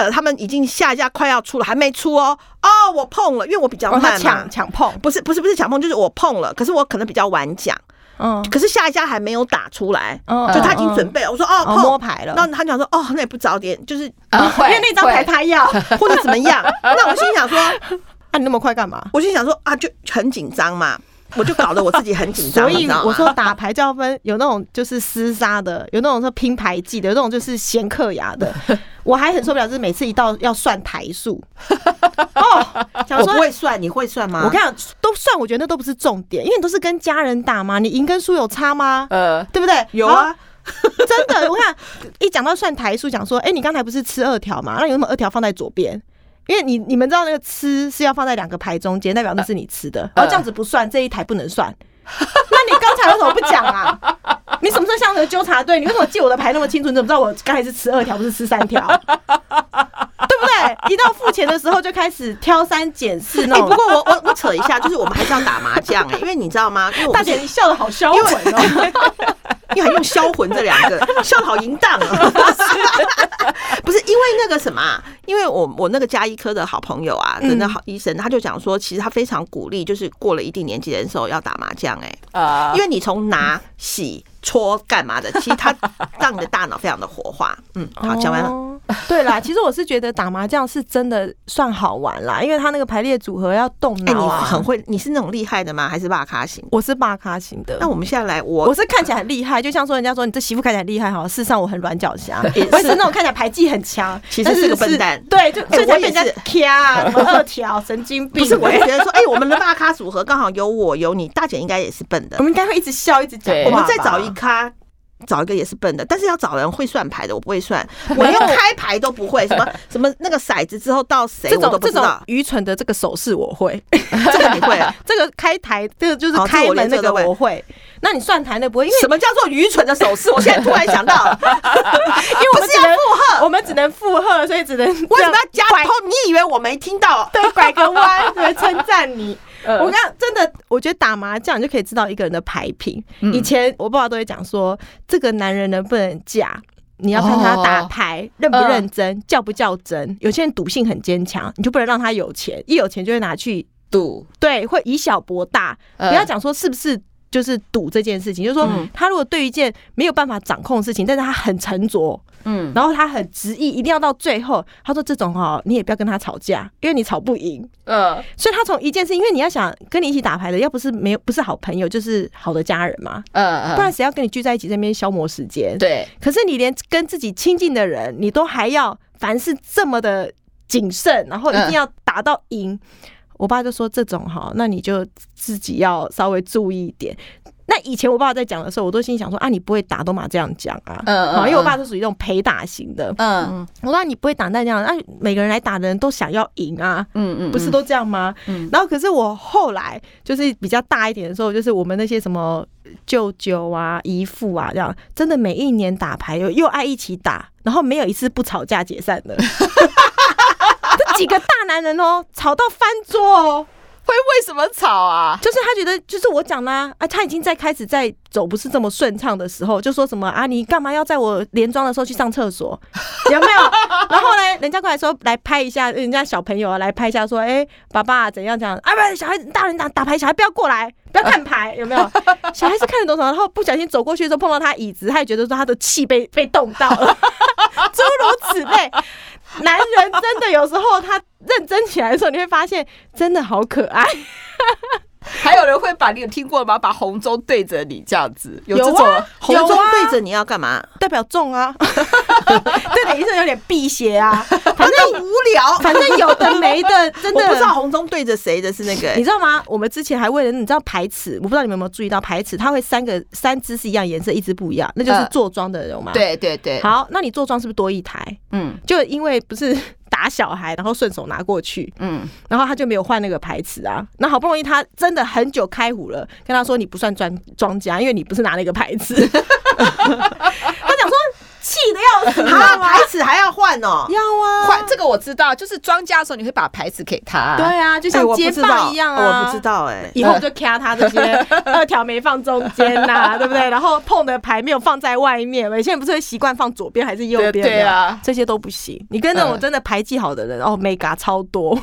Speaker 2: 呃，他们已经下架快要出了，还没出哦。哦，我碰了，因为我比较
Speaker 3: 哦，他
Speaker 2: 慢嘛
Speaker 3: 抢。抢碰，
Speaker 2: 不是不是不是抢碰，就是我碰了，可是我可能比较晚讲，
Speaker 3: 嗯
Speaker 2: 可是下一家还没有打出来，
Speaker 3: 嗯
Speaker 2: 就他已经准
Speaker 3: 备
Speaker 2: 备了。我说哦，碰
Speaker 3: 摸牌了
Speaker 2: 然，后他讲说哦，那也不早点，就是
Speaker 1: 啊
Speaker 3: 因为那张牌他 要，啊，
Speaker 2: 或者怎么 样。那我心想说，
Speaker 3: 你那么快干嘛？
Speaker 2: 我就想说啊，就很紧张嘛，我就搞得我自己很紧张。
Speaker 3: 所
Speaker 2: 你
Speaker 3: 以
Speaker 2: 知道吗
Speaker 3: 我说打牌就要分，有那种就是厮杀的，有那种是拼牌技的，有那种就是闲嗑牙 的。我还很受不了，就是每次一到要算台数，哦，想
Speaker 2: 我
Speaker 3: 说
Speaker 2: 不会算，你会算吗？
Speaker 3: 我跟你讲，都算，我觉得那都不是重点，因为你都是跟家人打嘛，你赢跟输有差吗？
Speaker 1: 呃，
Speaker 3: 对不对？
Speaker 2: 有啊
Speaker 3: 好， 真的，我看一讲到算台数，讲说，哎、你刚才不是吃二条嘛？那你为什么二条放在左边？因为你你们知道那个吃是要放在两个牌中间，代表那是你吃的，
Speaker 2: 呃
Speaker 3: 然后这样子不算，这一台不能算。 那你刚才为什么不讲啊？你什么时候像个纠察队？你为什么记我的牌那么清楚？你怎么知道我刚才是吃二条，不是吃三条？对不对？一到付钱的时候就开始挑三拣四那
Speaker 2: 哎、
Speaker 3: 种。
Speaker 2: 不过我我我扯一 下，就是我们还是要打麻将哎、因为你知道吗？因为我
Speaker 3: 大
Speaker 2: 们
Speaker 3: 姐，
Speaker 2: 是
Speaker 3: 你笑的好销魂 哦！
Speaker 2: 你还用“销魂”这两 个，笑得好淫荡啊！不是因为那个什么、啊，因为我我那个加医科的好朋友啊，
Speaker 3: 嗯
Speaker 2: 真的好医生，他就讲说，其实他非常鼓励，就是过了一定年纪的人时候要打麻将、哎、
Speaker 1: 啊
Speaker 2: 因为你从拿、洗、搓干嘛的，其实它让你的大脑非常的活化。嗯，好，讲完了。
Speaker 3: 哦。对啦，其实我是觉得打麻将是真的算好玩啦，因为他那个排列组合要动
Speaker 2: 哎、
Speaker 3: 脑
Speaker 2: 你
Speaker 3: 啊。
Speaker 2: 很会，你是那种厉害的吗？还是大咖型？
Speaker 3: 我是八咖型的。
Speaker 2: 那我们现在来，
Speaker 3: 我
Speaker 2: 我
Speaker 3: 是看起来很厉害，就像说人家说你这媳妇看起来很厉害哈，事实上我很软脚虾，
Speaker 2: 也是
Speaker 3: 我也是那种看起来排技很强，
Speaker 2: 其实
Speaker 3: 但
Speaker 2: 是个笨蛋
Speaker 3: 是对，就
Speaker 2: 哎
Speaker 3: 所以才
Speaker 2: 我
Speaker 3: 被
Speaker 2: 也
Speaker 3: 人家
Speaker 2: 是
Speaker 3: 掐啊，什么二条神经病。欸
Speaker 2: 不是，我是觉得说，哎、我们的大咖组合刚好有我有你，大姐应该也是笨的
Speaker 3: 我。们应该会一直笑，一直讲
Speaker 1: 对
Speaker 2: 我
Speaker 3: 话吧
Speaker 2: 们再找一咖，找一个也是笨的，但是要找人会算牌的，我不会 算，我连开牌都不会，什么什么那个骰子之后到谁
Speaker 3: 这
Speaker 2: 哎我都
Speaker 3: 种
Speaker 2: 不
Speaker 3: 这
Speaker 2: 知
Speaker 3: 种
Speaker 2: 道，
Speaker 3: 愚蠢的这个手势我会，
Speaker 2: 这个你会啊？
Speaker 3: 这个开台这个就是
Speaker 2: 好这
Speaker 3: 开
Speaker 2: 我连
Speaker 3: 门那
Speaker 2: 这
Speaker 3: 个
Speaker 2: 都会
Speaker 3: 我会，那你算台那不会，因为
Speaker 2: 什么叫做愚蠢的手势？我现在突然想到 了，
Speaker 3: 啊
Speaker 2: 因为我们是
Speaker 3: 我们只
Speaker 2: 要
Speaker 3: 能
Speaker 2: 附和，
Speaker 3: 我们只能附和，所以只能
Speaker 2: 为什么
Speaker 3: 这样
Speaker 2: 要加偷？你以为我没听到？
Speaker 3: 对拐个弯来称赞你？
Speaker 1: 嗯
Speaker 3: 我刚真的，我觉得打麻将你就可以知道一个人的牌品。
Speaker 1: 嗯
Speaker 3: 以前我爸爸都会讲说，这个男人能不能嫁，你要看他打牌、认不认真、较不较真。有些人赌性很坚强，你就不能让他有钱，一有钱就会拿去
Speaker 1: 赌，
Speaker 3: 对，会以小博大。
Speaker 1: 嗯
Speaker 3: 不要讲说是不是。就是赌这件事情，就是说
Speaker 1: 嗯
Speaker 3: 他如果对一件没有办法掌控的事情，但是他很沉着，
Speaker 1: 嗯，
Speaker 3: 然后他很执意，一定要到最后。他说这种哦，你也不要跟他吵架，因为你吵不赢。
Speaker 1: 呃，
Speaker 3: 所以他从一件事，因为你要想跟你一起打牌的，要不是没有不是好朋友，就是好的家人嘛，
Speaker 1: 呃，
Speaker 3: 不然谁要跟你聚在一起在那边消磨时间？。
Speaker 1: 对，
Speaker 3: 可是你连跟自己亲近的人，你都还要凡事这么的谨慎，然后一定要打到赢。我爸就说这种哈，那你就自己要稍微注意一点。那以前我爸在讲的时候，我都心里想说啊，你不会打都嘛这样讲啊，
Speaker 1: 嗯嗯
Speaker 3: 好因为我爸
Speaker 1: 嗯
Speaker 3: 是属于那种陪打型的。
Speaker 1: 嗯
Speaker 3: 我说你不会打那这样，那啊每个人来打的人都想要赢啊，
Speaker 1: 嗯嗯，
Speaker 3: 不是都这样吗？
Speaker 1: 嗯
Speaker 3: 然后可是我后来就是比较大一点的时候，就是我们那些什么舅舅啊、姨父啊，这样真的每一年打牌又又爱一起打，然后没有一次不吵架解散的。 这几个大男人哦，吵到翻桌哦，
Speaker 1: 会为什么吵啊？
Speaker 3: 就是他觉得就是我讲的啊，啊他已经在开始在走不是这么顺畅的时候，就说什么啊，你干嘛要在我连庄的时候去上厕所？ 有没有？然后呢，人家过来说来拍一下，人家小朋友啊来拍一下，说哎、爸爸怎样怎样啊？不，小孩子大人打打牌，小孩不要过来，不要看牌，有没有？小孩是看得懂什么？然后不小心走过去的时候碰到他椅子，他也觉得说他的气被被冻到了，诸如此类。男人真的有时候他认真起来的时候，你会发现真的好可爱。
Speaker 1: 还有人会把你有听过吗？把红中对着你这样子，有
Speaker 3: 有
Speaker 1: 这
Speaker 3: 啊
Speaker 1: 种
Speaker 2: 红
Speaker 3: 有
Speaker 2: 中
Speaker 3: 啊
Speaker 2: 对着你要干嘛？
Speaker 3: 代表中啊， 对的，医生有点辟 邪啊，
Speaker 2: 反正无聊，
Speaker 3: 反正有的没的，真的
Speaker 2: 我不知道。红中对着谁的是那个、
Speaker 3: 你知道吗？我们之前还为了你知道排尺，我不知道你们有没有注意到排尺，它会三个三只是一样颜色，一只不一样，那就是
Speaker 2: 呃
Speaker 1: 嗯
Speaker 3: 坐庄的人嘛。。
Speaker 1: 对对对，
Speaker 3: 好，那你坐庄是不是多一台？
Speaker 1: 嗯
Speaker 3: 就因为不是打小孩，然后顺手拿过去，
Speaker 1: 嗯
Speaker 3: 然后他就没有换那个牌尺啊。那好不容易他真的很久开胡了，跟他说你不算庄庄家，因为你不是拿那个 牌子。他讲说气的 要死，你知
Speaker 2: 啊，
Speaker 3: 道吗
Speaker 2: 牌子还要换哦。
Speaker 3: 要啊，
Speaker 1: 换这个我知道，就是庄家的时候你会把牌子给他，
Speaker 3: 对，啊，就
Speaker 2: 哎
Speaker 3: 像
Speaker 2: 我不
Speaker 3: 接
Speaker 2: 知道
Speaker 3: 棒一样
Speaker 2: 哦
Speaker 3: 啊，
Speaker 2: 我不知。道哎、
Speaker 3: 以后我就掐他这些二条没放中间 呐、对不对？然后碰的牌没有放在外面，有些人不是会习惯放左边还是右边？
Speaker 1: 对对啊，
Speaker 3: 这些都不行。你跟那种
Speaker 1: 嗯
Speaker 3: 真的牌技好的人，哦，mega 超多，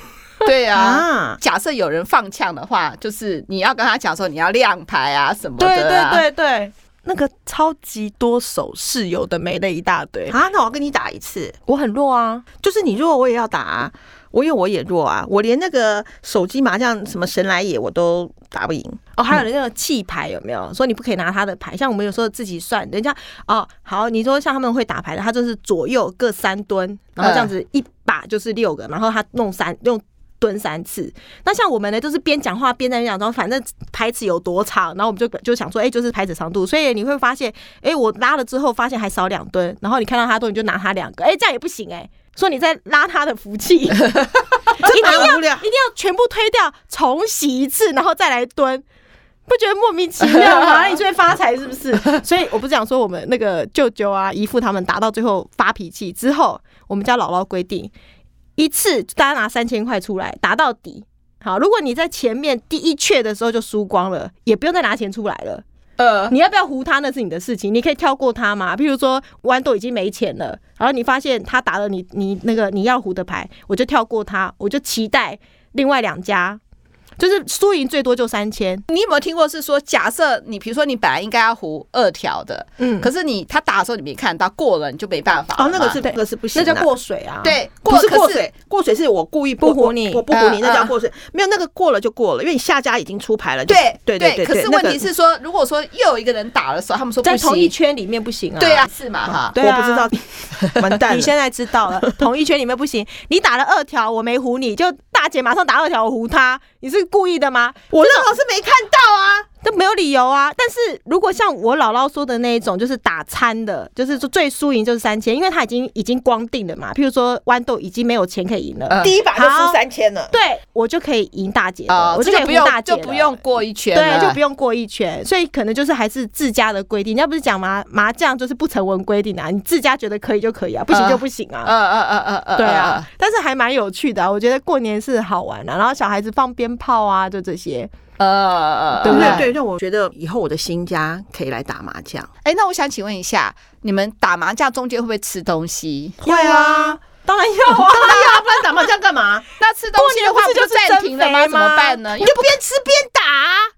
Speaker 1: 对啊。
Speaker 2: 啊，
Speaker 1: 假设有人放呛的话，就是你要跟他讲说你要亮牌啊什么的、啊，对，
Speaker 3: 对对，那个超级多手势，有的没的一大堆。
Speaker 2: 啊，那我要跟你打一次。
Speaker 3: 我很弱啊，
Speaker 2: 就是你弱，我也要打、啊；我有我也弱啊。我连那个手机麻将什么神来也我都打不赢。
Speaker 3: 哦，还有那个弃牌有没有？说你不可以拿他的牌，像我们有时候自己算，人家哦好，你说像他们会打牌的，他就是左右各三吨，然后这样子一把就是六个，然后他弄三用蹲三次。那像我们呢，就是边讲话边在那讲，然后反正牌子有多长，然后我们就就想说，哎、就是牌子长度。所以你会发现，哎、我拉了之后发现还少两吨，然后你看到他多，你就拿他两个，哎、这样也不行哎、说你在拉他的福气，一定要
Speaker 2: 无聊
Speaker 3: 一。定要全部推掉，重洗一次，然后再来蹲，不觉得莫名其妙吗？那你就会发财是不是？所以我不是讲说我们那个舅舅啊、姨父他们打到最后发脾气之后，我们家姥姥规定一次大家拿三千块出来打到底。好，如果你在前面第一阙的时候就输光了，也不用再拿钱出来了。
Speaker 1: 呃，
Speaker 3: 你要不要糊他那是你的事情，你可以跳过他嘛。譬如说豌豆已经没钱了，然后你发现他打了你你那个你要糊的牌，我就跳过他，我就期待另外两家，就是输赢最多就三千。
Speaker 1: 你有没有听过是说，假设你比如说你本来应该要胡二条的，
Speaker 3: 嗯
Speaker 1: 可是你他打的时候你没看到，过了你就没办法了
Speaker 2: 哦，那个
Speaker 1: 嘛
Speaker 2: 是那个是不行
Speaker 3: 那
Speaker 2: 的，
Speaker 3: 叫过水啊。，
Speaker 1: 对
Speaker 2: 不
Speaker 1: 过
Speaker 2: 是过
Speaker 1: 可是
Speaker 2: 水，过水是我故意
Speaker 3: 不唬
Speaker 2: 唬
Speaker 3: 你
Speaker 2: 我不唬你，
Speaker 1: 嗯
Speaker 2: 那叫
Speaker 1: 嗯
Speaker 2: 过水。没有那个过了就过了，因为你下家已经出牌了。就
Speaker 1: 对
Speaker 2: 对对，
Speaker 1: 可是
Speaker 2: 那
Speaker 1: 问
Speaker 2: 个
Speaker 1: 题是说，如果说又有一个人打的时候，他们说
Speaker 3: 在
Speaker 1: 不
Speaker 3: 同一
Speaker 1: 行，
Speaker 3: 圈里面不行啊。
Speaker 1: 对啊，是嘛哈？
Speaker 3: 对啊
Speaker 2: 我不知道， 完蛋
Speaker 3: 你
Speaker 2: 了。
Speaker 3: 现在知 道了，同一圈里面不行。你打了二条，我没糊你，就大姐马上打二条，我糊她，你是故意的吗？
Speaker 2: 我那老是没看到啊，
Speaker 3: 这没有理由啊！但是如果像我姥姥说的那一种，就是打餐的，就是说最输赢就是三千，因为他已经已经光定了嘛。譬如说豌豆已经没有钱可以赢了，
Speaker 1: 嗯
Speaker 2: 第一把就
Speaker 3: 好
Speaker 2: 输三千了。
Speaker 3: 对我就可以赢大姐的，
Speaker 1: 哦，
Speaker 3: 我
Speaker 1: 这
Speaker 3: 可
Speaker 1: 个
Speaker 3: 以赢
Speaker 1: 不用
Speaker 3: 大姐
Speaker 1: 就
Speaker 3: 了
Speaker 1: 不用过一圈了，
Speaker 3: 对，就不用过一圈，所以可能就是还是自家的规定。人家不是讲麻麻将就是不成文规定啊，你自家觉得可以就可以啊，不行就不行啊。
Speaker 1: 呃呃呃呃呃，
Speaker 3: 对
Speaker 1: 呃
Speaker 3: 啊，，但是还蛮有趣的、啊，我觉得过年是好玩的、然后小孩子放鞭炮啊，就这些。
Speaker 1: 呃呃，呃
Speaker 3: 对不对
Speaker 2: 对对，那我觉得以后我的新家可以来打麻将。
Speaker 1: 哎，那我想请问一下，你们打麻将中间会不会吃东西？
Speaker 2: 会啊，
Speaker 3: 当然要啊。
Speaker 2: 哎 呀，不然打麻将干嘛？
Speaker 1: 那吃东西的话
Speaker 3: 过年不是
Speaker 1: 就
Speaker 3: 就是
Speaker 1: 暂停了
Speaker 3: 增肥
Speaker 1: 怎么
Speaker 3: 吗
Speaker 1: 办呢？因为
Speaker 2: 边吃边
Speaker 3: 啊
Speaker 2: 打。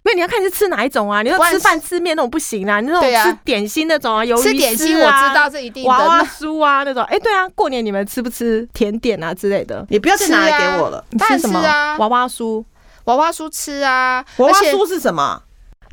Speaker 3: 没有，你要看你是吃哪一种啊？你
Speaker 1: 不
Speaker 3: 要
Speaker 1: 然
Speaker 3: 吃饭吃面那种不行啊，你那种
Speaker 1: 对啊
Speaker 3: 吃点心那种啊，鱿鱼、啊、
Speaker 1: 吃点心我知道这一定的，
Speaker 3: 娃娃
Speaker 1: 那
Speaker 3: 酥啊那种。哎、对啊，过年你们吃不吃甜点啊之类的？
Speaker 2: 你不要再拿来给我了。
Speaker 3: 你
Speaker 1: 当然
Speaker 3: 吃什么？
Speaker 1: 吃啊
Speaker 3: 娃娃酥
Speaker 1: 娃娃酥吃啊，
Speaker 2: 娃娃
Speaker 1: 而且
Speaker 2: 酥是什么？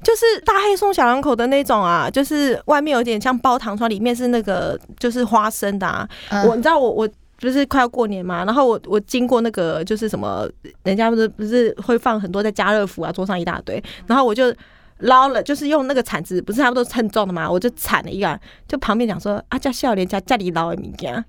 Speaker 3: 就是大黑松小两口的那种啊，就是外面有点像包糖霜，里面是那个就是花生的啊。
Speaker 1: 嗯
Speaker 3: 我你知道我我。不是快要过年嘛，然后我我经过那个就是什么，人家不是不是会放很多在家乐福啊桌上一大堆，然后我就捞了，就是用那个铲子，不是他们都称重的嘛，我就铲了一个，就旁边讲说啊叫笑脸家家里捞的物件，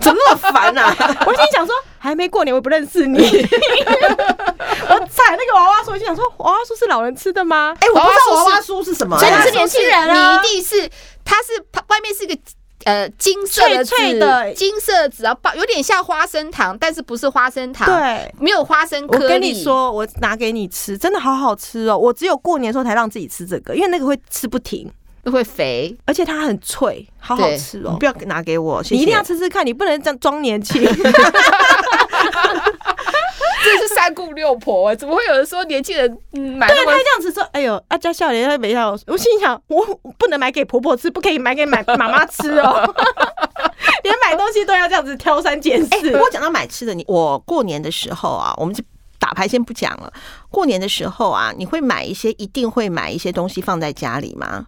Speaker 2: 怎么那么烦啊？
Speaker 3: 我心里想说还没过年我也不认识你，我铲那个娃娃酥，我就想说娃娃酥是老人吃的吗？
Speaker 2: 哎，我不知道
Speaker 1: 娃
Speaker 2: 娃
Speaker 1: 娃
Speaker 2: 娃酥是什么。哎
Speaker 1: 所以你
Speaker 3: 娃娃
Speaker 1: 是
Speaker 3: 酥
Speaker 1: 年轻人
Speaker 3: 啊
Speaker 1: 你一定是它是它外面是一个。呃，金色的
Speaker 3: 脆脆
Speaker 1: 纸
Speaker 3: 的
Speaker 1: 金色纸，然后包有点像花生糖，但是不是花生糖，，
Speaker 3: 对，
Speaker 1: 没有花生颗
Speaker 3: 我
Speaker 1: 粒。
Speaker 3: 跟你，说，我拿给你吃，真的好好吃哦！我只有过年的时候才让自己吃这个，因为那个会吃不停，
Speaker 1: 会肥。哎、
Speaker 3: 而且它很脆，好好
Speaker 1: 对
Speaker 3: 吃
Speaker 2: 你
Speaker 3: 哦
Speaker 2: 不。要拿给我，谢谢
Speaker 3: 你一定要吃吃看，你不能这样装年轻。
Speaker 1: 这是三姑六婆，怎么会有人说年轻人嗯买那
Speaker 3: 对，他
Speaker 1: 么
Speaker 3: 这样子说，哎呦，啊家笑脸，他没笑。我心里想，我不能买给婆婆吃，不可以买给买妈妈吃哦。 连买东西都要这样子挑三拣
Speaker 2: 哎、
Speaker 3: 四
Speaker 2: 不。过讲到买吃的，你我过年的时候啊，我们就打牌先不讲了。过年的时候啊，你会买一些，一定会买一些东西放在家里吗？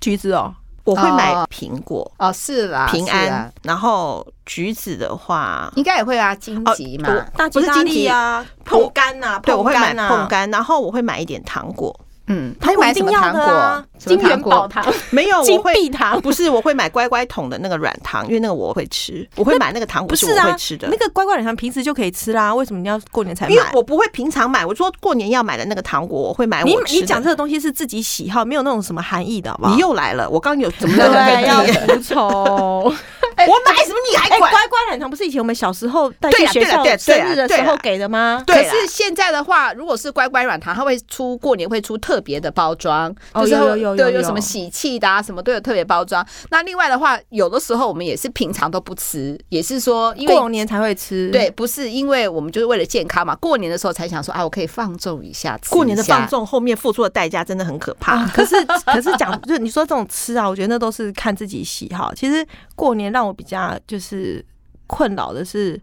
Speaker 3: 橘子哦，
Speaker 2: 我会买
Speaker 1: 哦
Speaker 2: 苹果、
Speaker 1: 哦，是啦，
Speaker 2: 平安，
Speaker 1: 是啊
Speaker 2: 然后橘子的话，
Speaker 1: 应该也会啊，荆棘嘛。
Speaker 2: 我
Speaker 3: 大
Speaker 2: 不
Speaker 3: 吉
Speaker 2: 是
Speaker 3: 大
Speaker 2: 金
Speaker 3: 利
Speaker 2: 桔
Speaker 3: 啊，
Speaker 2: 我
Speaker 3: 碰柑呐，
Speaker 2: 对，我会买
Speaker 3: 柑啊
Speaker 2: 碰柑，然后我会买一点糖果。
Speaker 1: 嗯，
Speaker 3: 糖
Speaker 1: 会
Speaker 3: 果一
Speaker 1: 买什
Speaker 3: 定
Speaker 1: 么
Speaker 3: 要
Speaker 1: 糖
Speaker 3: 的
Speaker 1: 果？
Speaker 3: 啊，
Speaker 1: 什么
Speaker 3: 金元
Speaker 1: 糖
Speaker 3: 宝
Speaker 1: 果？
Speaker 3: 糖、
Speaker 2: 没有，
Speaker 3: 金
Speaker 2: 我会
Speaker 3: 币糖。
Speaker 2: 不是我会买乖乖桶的那个软糖，因为那个我会吃，我会买那个糖
Speaker 3: 不
Speaker 2: 果
Speaker 3: 是
Speaker 2: 我
Speaker 3: 啊，
Speaker 2: 会吃的。
Speaker 3: 那个乖乖软糖平时就可以吃啦，为什么你要过年才买
Speaker 2: 因为？我不会平常买，我说过年要买的那个糖果，我会买我
Speaker 3: 你
Speaker 2: 吃的
Speaker 3: 你讲这个东西是自己喜好，没有那种什么含义的，好不好？
Speaker 2: 你又来了，我刚有怎 么
Speaker 3: 对
Speaker 2: 了？
Speaker 3: 要服从。
Speaker 2: 我买什么你还
Speaker 3: 哎，乖啊
Speaker 2: 管？
Speaker 3: 乖软糖不是以前我们小时候带
Speaker 2: 对
Speaker 3: 去
Speaker 2: 啦
Speaker 3: 学校
Speaker 2: 对啦对
Speaker 3: 生
Speaker 2: 啦
Speaker 3: 日的
Speaker 2: 对
Speaker 3: 时
Speaker 2: 啦
Speaker 3: 候给的吗？
Speaker 1: 可
Speaker 2: 对啦
Speaker 1: 是现在的话，如果是乖乖软糖，它会出过年会出特别的包装，
Speaker 3: 哦
Speaker 1: 就是会
Speaker 3: 有有有
Speaker 1: 对
Speaker 3: 有
Speaker 1: 有什么
Speaker 3: 有
Speaker 1: 喜气的啊，什么都有特别包装。那另外的话，有的时候我们也是平常都不吃，也是说因为
Speaker 3: 过年才会吃。
Speaker 1: 对，，不是因为我们就是为了健康嘛，过年的时候才想说啊，我可以放纵一下，吃
Speaker 2: 过年的
Speaker 1: 一下
Speaker 2: 放。纵后面付出的代价真的很可怕
Speaker 3: 啊。， 可是可是讲，就是你说这种吃啊，我觉得那都是看自己喜好。其实过年让我比较就是困扰的是，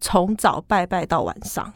Speaker 3: 从早拜拜到晚上，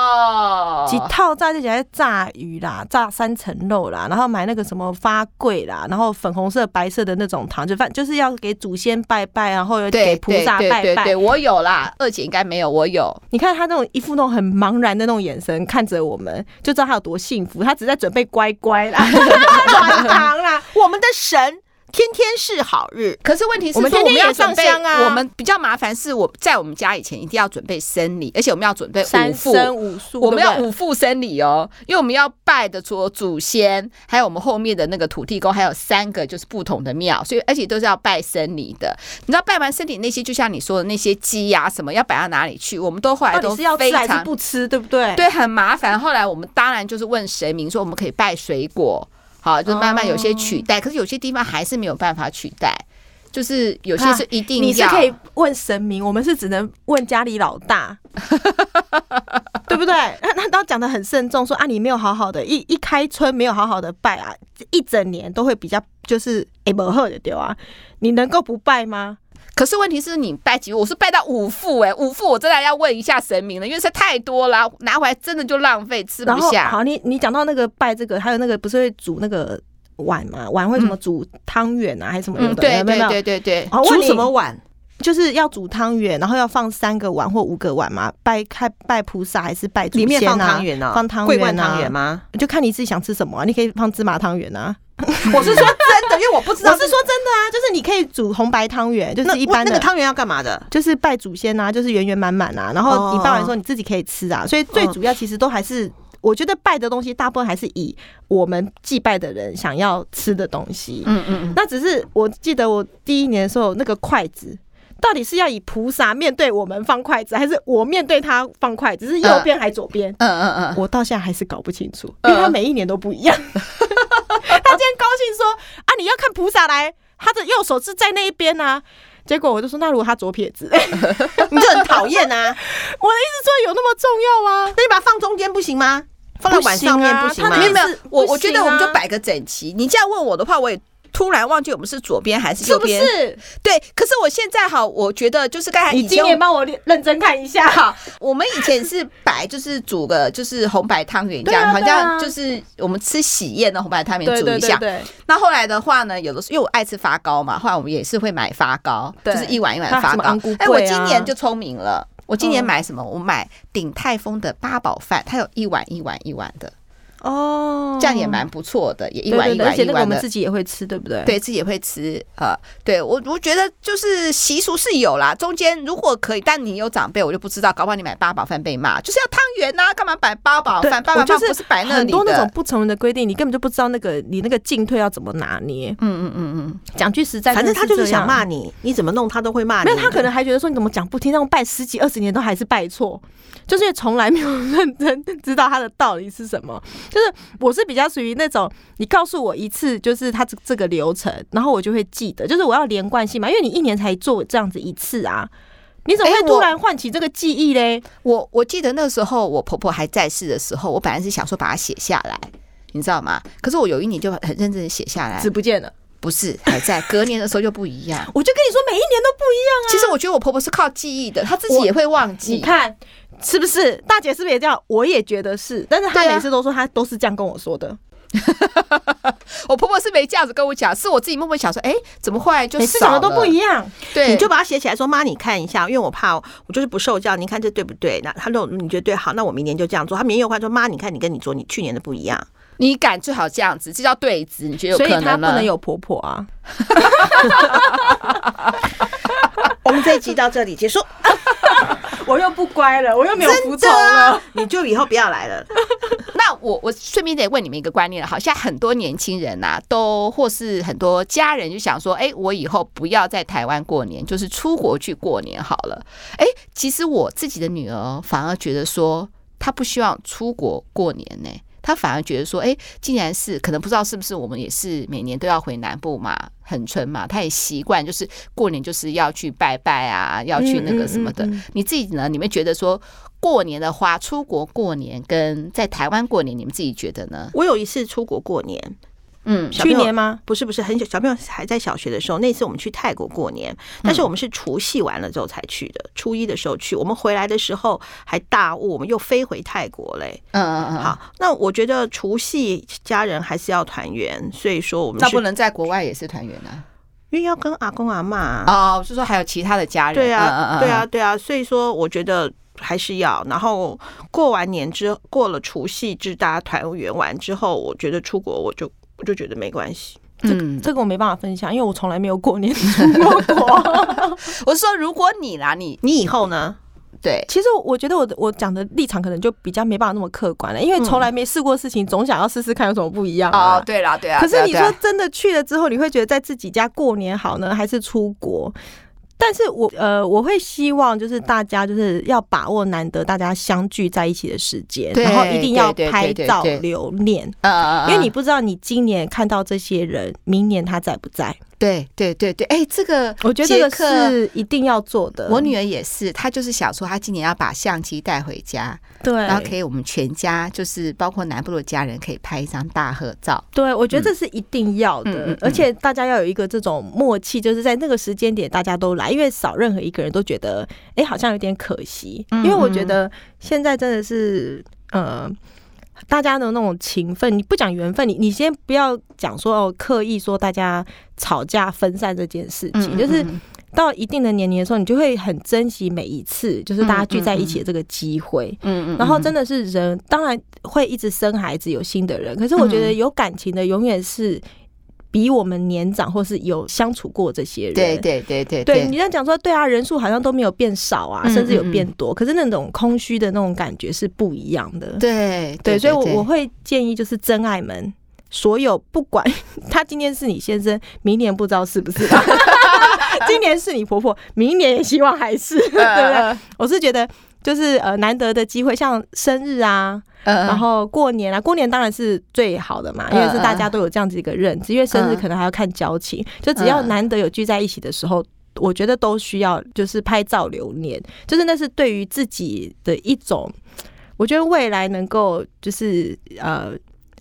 Speaker 1: 哦
Speaker 3: 几套炸就起来炸鱼啦，炸三层肉啦，然后买那个什么发桂啦，然后粉红色、白色的那种糖，就反就是要给祖先拜拜，然后又
Speaker 1: 对
Speaker 3: 给菩萨
Speaker 1: 对对
Speaker 3: 拜
Speaker 1: 对对，
Speaker 3: 拜。
Speaker 1: 我有啦，二姐应该没有，我有。
Speaker 3: 你看他那种一副那种很茫然的那种眼神看着我们，就知道他有多幸福。他只是在准备乖乖 啦，
Speaker 2: 暖堂啦，啊我们的神天天是好日，
Speaker 1: 可是问题是说，
Speaker 2: 我们天天
Speaker 1: 要
Speaker 2: 也
Speaker 1: 准
Speaker 2: 上
Speaker 1: 备
Speaker 2: 香啊
Speaker 1: 我们比较麻烦是我在我们家以前一定要准备生理，而且我们要准备
Speaker 3: 三
Speaker 1: 五副，
Speaker 3: 生五术，
Speaker 1: 我们要
Speaker 3: 对不对
Speaker 1: 五副生理哦，因为我们要拜的除了祖先，还有我们后面的那个土地公，还有三个就是不同的庙，所以而且都是要拜生理的。你知道拜完生理那些，就像你说的那些鸡呀、什么要摆到哪里去，我们都后来
Speaker 3: 到底
Speaker 1: 都
Speaker 3: 是要
Speaker 1: 非
Speaker 3: 吃还是
Speaker 1: 常
Speaker 3: 不吃，对不对？
Speaker 1: 对，很麻烦。后来我们当然就是问神明说，我们可以拜水果，好，就是慢慢有些
Speaker 3: 哦
Speaker 1: 取代，可是有些地方还是没有办法取代，就是有些是一定要。
Speaker 3: 你是可以问神明，我们是只能问家里老 大，对不对？ 那那都讲的很慎重，说啊，你没有好好的，一一开春没有好好的拜啊，一整年都会比较就是哎不好的丢啊，你能够不拜吗？
Speaker 1: 可是问题是你拜几副？我是拜到五副哎、五副我真的要问一下神明了，因为实在太多了，拿回来真的就浪费，吃
Speaker 3: 然
Speaker 1: 不
Speaker 3: 后
Speaker 1: 下。
Speaker 3: 好，你你讲到那个拜这个，还有那个不是会煮那个碗嘛？碗会什么煮汤圆啊，还是什么有
Speaker 1: 嗯，
Speaker 3: 的？
Speaker 1: 对
Speaker 3: 有没
Speaker 1: 对
Speaker 3: 有
Speaker 1: 对对 对，
Speaker 3: 好，问
Speaker 2: 煮
Speaker 3: 你
Speaker 2: 什么碗？
Speaker 3: 就是要煮汤圆，然后要放三个碗或五个碗嘛，拜开拜菩萨还是拜祖
Speaker 2: 里
Speaker 3: 先啊？
Speaker 2: 面放汤圆啊，
Speaker 3: 放汤圆啊
Speaker 2: 桂冠汤圆吗？
Speaker 3: 就看你自己想吃什么啊、你可以放芝麻汤圆啊。
Speaker 2: 我是说真的，因为我不知
Speaker 3: 我
Speaker 2: 道
Speaker 3: 是说真的啊，就是你可以煮红白汤圆，就是一般
Speaker 2: 那那
Speaker 3: 的。
Speaker 2: 个汤圆要干嘛的？
Speaker 3: 就是拜祖先啊，就是圆圆满满啊，然
Speaker 2: 哦
Speaker 3: 后你拜完之后你自己可以吃啊，所以最主要其实都还是，我觉得拜的东西大部分还是以我们祭拜的人想要吃的东西。
Speaker 1: 嗯嗯
Speaker 3: 那只是我记得我第一年的时候，那个筷子到底是要以菩萨面对我们放筷子，还是我面对他放筷子？是
Speaker 2: 呃
Speaker 3: 右边还是左边？
Speaker 1: 嗯嗯嗯嗯，
Speaker 3: 我到现在还是搞不清楚，因
Speaker 1: 嗯
Speaker 3: 为他每一年都不一样。 他今天高兴说啊，你要看菩萨来，他的右手是在那一边啊。结果我就说，那如果他左 撇子，我的意思
Speaker 2: 你就很 讨厌啊！
Speaker 3: 说有那么重要吗？
Speaker 2: 那你把它放中间不行吗？放在碗上面不行吗？
Speaker 3: 不
Speaker 1: 没
Speaker 3: 行
Speaker 1: 有
Speaker 3: 啊
Speaker 1: 没有
Speaker 3: 是，
Speaker 1: 我
Speaker 3: 不
Speaker 1: 我觉
Speaker 3: 行
Speaker 1: 得
Speaker 3: 啊
Speaker 1: 我们就摆个整齐。你这样问我的话，我也突然忘记我们是左边还是
Speaker 3: 是
Speaker 1: 右
Speaker 3: 不
Speaker 1: 边。
Speaker 3: 是？哎
Speaker 1: 对，可是我现在好，我觉得就是刚才
Speaker 3: 你
Speaker 1: 以
Speaker 3: 今
Speaker 1: 前我
Speaker 3: 年帮我认真看一下。
Speaker 1: 好，我们以前是摆，就是煮个就是红白汤圆这样，好
Speaker 3: 对啊对啊
Speaker 1: 像就是我们吃喜宴的红白汤圆
Speaker 3: 对
Speaker 1: 煮
Speaker 3: 对
Speaker 1: 一
Speaker 3: 对
Speaker 1: 下。
Speaker 3: 对，
Speaker 1: 那后来的话呢，有的时候因为我爱吃发糕嘛，后来我们也是会买发糕，就
Speaker 3: 对
Speaker 1: 是一碗一碗的发糕
Speaker 3: 还有什么安菇。
Speaker 1: 哎、
Speaker 3: 桂啊
Speaker 1: 我
Speaker 3: 嗯
Speaker 1: 今年就聪明了，我今年买什么？我买鼎泰丰的八宝饭，它有一碗一碗一碗的，
Speaker 3: 哦
Speaker 1: 这样也蛮不错的，也一
Speaker 3: 对
Speaker 1: 碗
Speaker 3: 对
Speaker 1: 一
Speaker 3: 对，而
Speaker 1: 碗
Speaker 3: 且
Speaker 1: 一
Speaker 3: 那个我
Speaker 1: 碗
Speaker 3: 们
Speaker 1: 的。
Speaker 3: 自己也会吃，对不对？，
Speaker 1: 对自己也会吃，呃，对我我觉得就是习俗是有啦，中间如果可以，但你有长辈，我就不知道，搞不好你买八宝饭被骂，就是要汤圆呐、干嘛摆八宝
Speaker 3: 对
Speaker 1: 饭？八宝
Speaker 3: 我就
Speaker 1: 饭
Speaker 3: 是
Speaker 1: 不是摆那
Speaker 3: 很
Speaker 1: 里
Speaker 3: 多那种
Speaker 1: 的，
Speaker 3: 不成文的规定，你根本就不知道那个你那个进退要怎么拿捏。
Speaker 1: 嗯嗯嗯嗯，
Speaker 3: 讲句实在，
Speaker 2: 反正他就是
Speaker 3: 真的这样
Speaker 2: 想骂你，你怎么弄他都会骂你。
Speaker 3: 没有，他可能还觉得说你怎么讲不听，让我拜十几二十年都还是拜错，就是因为从来没有认真知道他的道理是什么。就是我是比较属于那种，你告诉我一次，就是他这这个流程，然后我就会记得，就是我要连贯性嘛，因为你一年才做这样子一次啊，你怎么
Speaker 1: 哎
Speaker 3: 会
Speaker 1: 我
Speaker 3: 突然唤起这个记忆嘞？
Speaker 1: 我我记得那时候我婆婆还在世的时候，我本来是想说把它写下来，你知道吗？可是我有一年就很认真的写下来
Speaker 3: 纸、，不见了，
Speaker 1: 不是还在，隔年的时候就不一 样。
Speaker 3: 我就跟你说每一年都不一样啊。
Speaker 1: 其实我觉得我婆婆是靠记忆的，她自己
Speaker 3: 我
Speaker 1: 也会忘记。
Speaker 3: 你看是不是？大姐是不是也这样？我也觉得是，但是她
Speaker 1: 对啊
Speaker 3: 每次都说她都是这样跟我说的。
Speaker 1: 我婆婆是没这样子跟我讲，是我自己默默想说，哎、怎么后来就
Speaker 3: 每次讲
Speaker 1: 少
Speaker 3: 的都
Speaker 1: 了
Speaker 3: 不一样，
Speaker 1: 对，
Speaker 2: 你就把它写起来说妈，你看一下，因为我怕我就是不受教，你看这对不对？那他说你觉得对，好，那我明年就这样做。他明年又换说妈，你看你跟你说你去年的不一样，
Speaker 1: 你敢最好这样子，这叫对子，你觉得
Speaker 3: 所
Speaker 1: 有
Speaker 3: 以
Speaker 1: 可
Speaker 3: 她
Speaker 1: 能
Speaker 3: 不
Speaker 1: 吗？
Speaker 3: 能有婆婆啊。
Speaker 2: 我们这一集到这里结 束，
Speaker 3: 我又不乖了，我 又没有服从了。
Speaker 2: 啊你就以后不要来了。
Speaker 1: 那我我顺便得问你们一个观念了，好，现在很多年轻人呐、都或是很多家人就想说，哎、我以后不要在台湾过年，就是出国去过年好了。哎、其实我自己的女儿反而觉得说，她不希望出国过年呢、她反而觉得说，哎、既然是可能不知道是不是我们也是每年都要回南部嘛，很春嘛，她也习惯就是过年就是要去拜拜啊，要去那个什么的。
Speaker 3: 嗯嗯嗯
Speaker 1: 你自己呢？你们觉得说过年的话，出国过年跟在台湾过年，你们自己觉得呢？
Speaker 2: 我有一次出国过年，
Speaker 1: 嗯
Speaker 2: 小朋
Speaker 3: 去
Speaker 2: 友
Speaker 3: 年吗？
Speaker 2: 不是不是，很小小朋友还在小学的时候，那次我们去泰国过年，但是我们是除夕完了之后才去的，初一的时候去，我们回来的时候还大雾，我们又飞回泰国嘞。
Speaker 1: 嗯嗯嗯，
Speaker 2: 好，那我觉得除夕家人还是要团圆，所以说我们
Speaker 1: 那
Speaker 2: 是
Speaker 1: 不能在国外也是团圆啊。
Speaker 2: 因为要跟阿公阿妈，
Speaker 1: 哦，就说还有其他的家人，
Speaker 2: 啊对
Speaker 1: 嗯
Speaker 2: 啊，对，啊，
Speaker 1: 嗯嗯
Speaker 2: 对啊，所以说我觉得还是要。然后过完年之后，过了除夕之大家团圆完之后，我觉得出国我就我就觉得没关系。
Speaker 1: 嗯，
Speaker 3: 这个我没办法分享，因为我从来没有过年出 过。
Speaker 1: 我是说如果你啦，你
Speaker 2: 你以后呢？
Speaker 1: 对，
Speaker 3: 其实我觉得我的我讲的立场可能就比较没办法那么客观了，因为从来没试过事情，总想要试试看有什么不一样
Speaker 1: 嗯
Speaker 3: 啊。
Speaker 1: 哦，对啦，对啊。
Speaker 3: 可是
Speaker 1: 对啊
Speaker 3: 你
Speaker 1: 对啊
Speaker 3: 说真的去了之后，你会觉得在自己家过年好呢，还是出国？但是我呃，我会希望就是大家就是要把握难得大家相聚在一起的时间，
Speaker 1: 对
Speaker 3: 然后一定要
Speaker 1: 对对
Speaker 3: 拍
Speaker 1: 对对
Speaker 3: 照
Speaker 1: 对
Speaker 3: 留念，
Speaker 1: 呃，
Speaker 3: 因
Speaker 1: 嗯
Speaker 3: 为你不知道你今年看到这些人，明年他在不在。
Speaker 1: 对对对对，哎，这个
Speaker 3: 我觉得这个
Speaker 1: 杰克
Speaker 3: 是一定要做的。
Speaker 1: 我女儿也是，她就是想说，她今年要把相机带回家，
Speaker 3: 对
Speaker 1: 然后可以我们全家，就是包括南部的家人，可以拍一张大合照。
Speaker 3: 对，我觉得这是一定要的，
Speaker 1: 嗯嗯嗯
Speaker 3: 而且大家要有一个这种默契，就是在那个时间点大家都来，因为少任何一个人都觉得，哎，好像有点可惜。
Speaker 1: 嗯
Speaker 3: 因为我觉得现在真的是，呃，大家的那种情分，你不讲缘分，你你先不要讲说哦，刻意说大家吵架分散这件事情，嗯
Speaker 1: 嗯
Speaker 3: 就是到一定的年龄的时候，你就会很珍惜每一次就是大家聚在一起的这个机会。
Speaker 1: 嗯嗯嗯
Speaker 3: 然后真
Speaker 1: 的，
Speaker 3: 的是人，当然会一直生孩子，有新的人。可是我觉得
Speaker 1: 嗯
Speaker 3: 有感情的，永远是比我们年长或是有相处过这些人。
Speaker 1: 对对对对
Speaker 3: 对，你在讲说，对啊，人数好像都没有变少啊，
Speaker 1: 嗯
Speaker 3: 甚至有
Speaker 1: 嗯
Speaker 3: 变多。可是那种空虚的那种感觉是不一样的。
Speaker 1: 对
Speaker 3: 对，所以我
Speaker 1: 对
Speaker 3: 我会建议就是真爱们。所有不管 他今天是你先生，明年不知道是不是他， 今年是你婆婆，明年也希望还是， 对不
Speaker 1: 嗯
Speaker 3: 对？我是觉得就是呃难得的机会，像生日啊，
Speaker 1: 呃
Speaker 3: 然后过年啊，过年当然是最好的嘛，因
Speaker 1: 嗯
Speaker 3: 为是大家都有这样子一个认知，因为生日
Speaker 1: 嗯
Speaker 3: 可能还要看交情，就只要
Speaker 1: 嗯
Speaker 3: 难得有聚在一起的时候。我觉得都需要，就是拍照留念，就是那是对于自己的一种，我觉得未来能够就是呃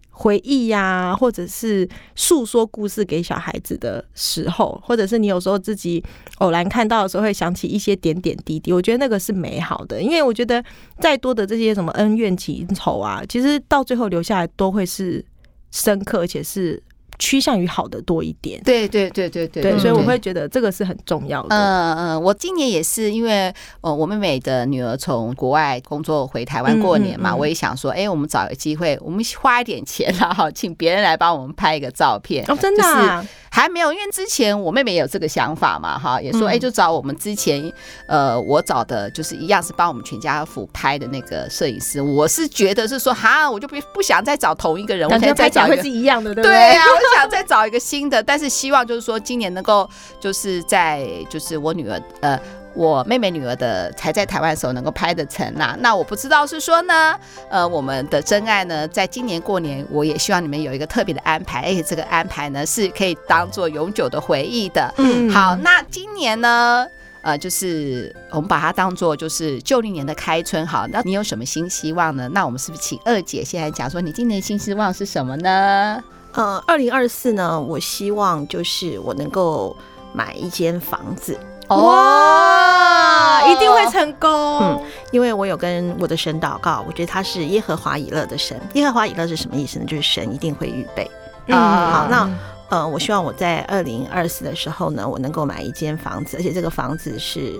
Speaker 3: 回忆呀、或者是诉说故事给小孩子的时候，或者是你有时候自己偶然看到的时候，会想起一些点点滴滴，我觉得那个是美好的，因为我觉得再多的这些什么恩怨情仇啊，其实到最后留下来都会是深刻，而且是趋向于好的多一点。
Speaker 1: 对对对对对
Speaker 3: 对，
Speaker 2: 嗯
Speaker 1: 对
Speaker 3: 所以我
Speaker 1: 对
Speaker 3: 会觉得这个是很重要的。
Speaker 1: 嗯嗯，我今年也是因为呃，我妹妹的女儿从国外工作回台湾过年嘛，
Speaker 3: 嗯嗯嗯
Speaker 1: 我也想说，哎、我们找个机会，我们花一点钱然后请别人来帮我们拍一个照片。
Speaker 3: 哦，真的、啊，
Speaker 1: 还没有，因为之前我妹妹也有这个想法嘛，哈，也说，
Speaker 3: 嗯
Speaker 1: 哎、就找我们之前，呃，我找的就是一样是帮我们全家福拍的那个摄影师。我是觉得是说，哈，我就不不想再找同一个人，我
Speaker 3: 感
Speaker 1: 现
Speaker 3: 觉
Speaker 1: 在
Speaker 3: 拍
Speaker 1: 再
Speaker 3: 起来
Speaker 1: 找一
Speaker 3: 会
Speaker 1: 个
Speaker 3: 是。一样的，对不
Speaker 1: 对
Speaker 3: 对？
Speaker 1: 啊，我想再找一个新的，但是希望就是说今年能够就是在就是我女儿呃我妹妹女儿的才在台湾的时候能够拍得成啦、那我不知道是说呢，呃，我们的真爱呢，在今年过年，我也希望你们有一个特别的安排，而且这个安排呢是可以当做永久的回忆的。
Speaker 3: 嗯
Speaker 1: 好，那今年呢？呃，就是我们把它当做就是旧历年的开春，好，那你有什么新希望呢？那我们是不是请二姐先来讲说，你今年新希望是什么呢？
Speaker 2: 呃，二零二四呢，我希望就是我能够买一间房子，哦
Speaker 3: 哇，一定会成功。
Speaker 2: 嗯因为我有跟我的神祷告，我觉得他是耶和华以勒的神。耶和华以勒是什么意思呢？就是神一定会预备。
Speaker 3: 嗯
Speaker 1: 啊
Speaker 2: 好那呃，我希望我在二零二四的时候呢，我能够买一间房子，而且这个房子是。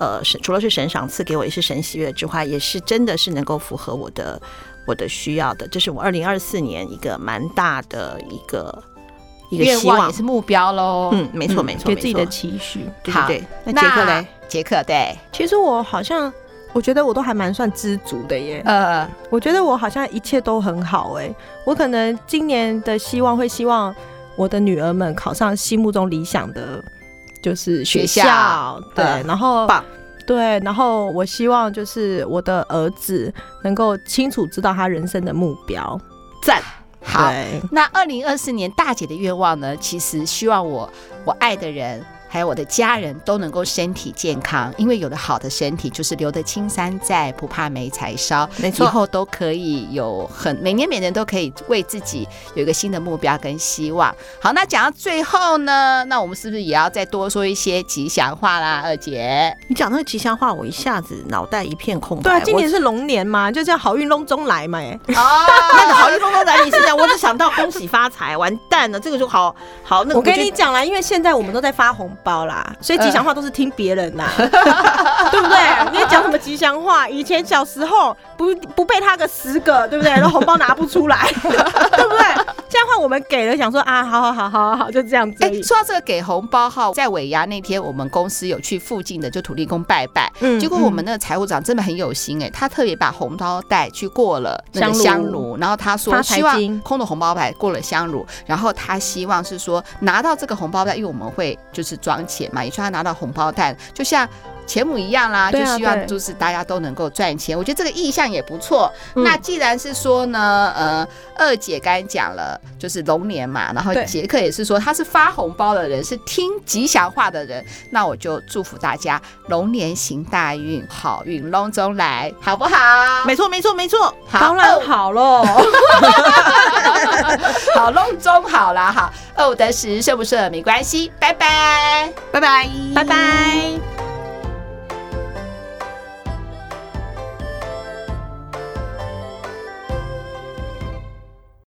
Speaker 2: 呃，是除了是神赏赐给我，也是神喜悦之外，也是真的是能够符合我的我的需要的。这是我二零二四年一个蛮大的一个一个
Speaker 1: 愿
Speaker 2: 希
Speaker 1: 望
Speaker 2: 望
Speaker 1: 也。是目标喽。
Speaker 2: 嗯，没错，
Speaker 1: 嗯
Speaker 2: 没错，
Speaker 3: 给
Speaker 2: 没
Speaker 3: 自己的
Speaker 2: 错。
Speaker 3: 期许。
Speaker 2: 对
Speaker 1: 好
Speaker 2: 对对。那杰克嘞？，
Speaker 1: 杰克对，
Speaker 3: 其实我好像，我觉得我都还蛮算知足的耶。
Speaker 1: 呃，
Speaker 3: 我觉得我好像一切都很好哎、我可能今年的希望会希望我的女儿们考上心目中理想的就是学校，
Speaker 1: 学校
Speaker 3: 对，
Speaker 1: 嗯
Speaker 3: 然后
Speaker 2: 棒
Speaker 3: 对，然后我希望就是我的儿子能够清楚知道他人生的目标。
Speaker 2: 赞。
Speaker 1: 好。
Speaker 3: 对
Speaker 1: 那二零二四年大姐的愿望呢？其实希望我我爱的人。还有我的家人都能够身体健康，因为有了好的身体，就是留得青山在，不怕没柴烧。
Speaker 2: 没
Speaker 1: 以
Speaker 2: 错
Speaker 1: 后都可以有很每年每年都可以为自己有一个新的目标跟希望。好，那讲到最后呢，那我们是不是也要再多说一些吉祥话啦，二姐？
Speaker 2: 你讲那个吉祥话，我一下子脑袋一片空白。
Speaker 3: 对啊，今
Speaker 2: 我
Speaker 3: 年是龙年嘛，就叫好运隆中来嘛、哎
Speaker 1: 哦，
Speaker 2: 那个好运通通 在你身上，我只想到恭喜发财，完蛋了，这个就好好。那个
Speaker 3: 我跟
Speaker 2: 觉得
Speaker 3: 你讲啦，因为现在我们都在发红包啦，所以吉
Speaker 1: 呃
Speaker 3: 祥话都是听别 人啦，对不对？你在讲什么吉祥话？以前小时候不不背他个十个，对不对？然后红包拿不 出来，对不对？现在换我们给了，想说啊，好好好好好，就这样子而
Speaker 1: 哎、
Speaker 3: 已。
Speaker 1: 说到这个给红包哈，在尾牙那天，我们公司有去附近的就土地公拜拜，
Speaker 3: 嗯
Speaker 1: 结果我们那个财务长真的很有心哎、他特别把红包袋去过了那个
Speaker 3: 香
Speaker 1: 香
Speaker 3: 炉
Speaker 1: 炉，然后他说
Speaker 3: 发财
Speaker 1: 希望
Speaker 3: 金
Speaker 1: 空的红包袋过了香炉，然后他希望是说拿到这个红包袋，因为我们会就是装钱嘛，也希望他拿到红包袋，就像。钱母一样啦，
Speaker 3: 对
Speaker 1: 就
Speaker 3: 啊
Speaker 1: 希望
Speaker 3: 对
Speaker 1: 就是大家都能够赚钱，我觉得这个意向也不错。
Speaker 2: 嗯
Speaker 1: 那既然是说呢，呃，二姐刚才讲了，就是龙年嘛，然后
Speaker 3: 对
Speaker 1: 杰克也是说他是发红包的人，是听吉祥话的人，那我就祝福大家龙年行大运，好运隆中来，好不好？
Speaker 2: 没错没错没错，
Speaker 1: 好
Speaker 3: 当然 好喽，
Speaker 1: 好隆中好哦啦，好，二五得十，顺不顺没关系，拜拜。
Speaker 2: 拜拜
Speaker 3: 拜拜。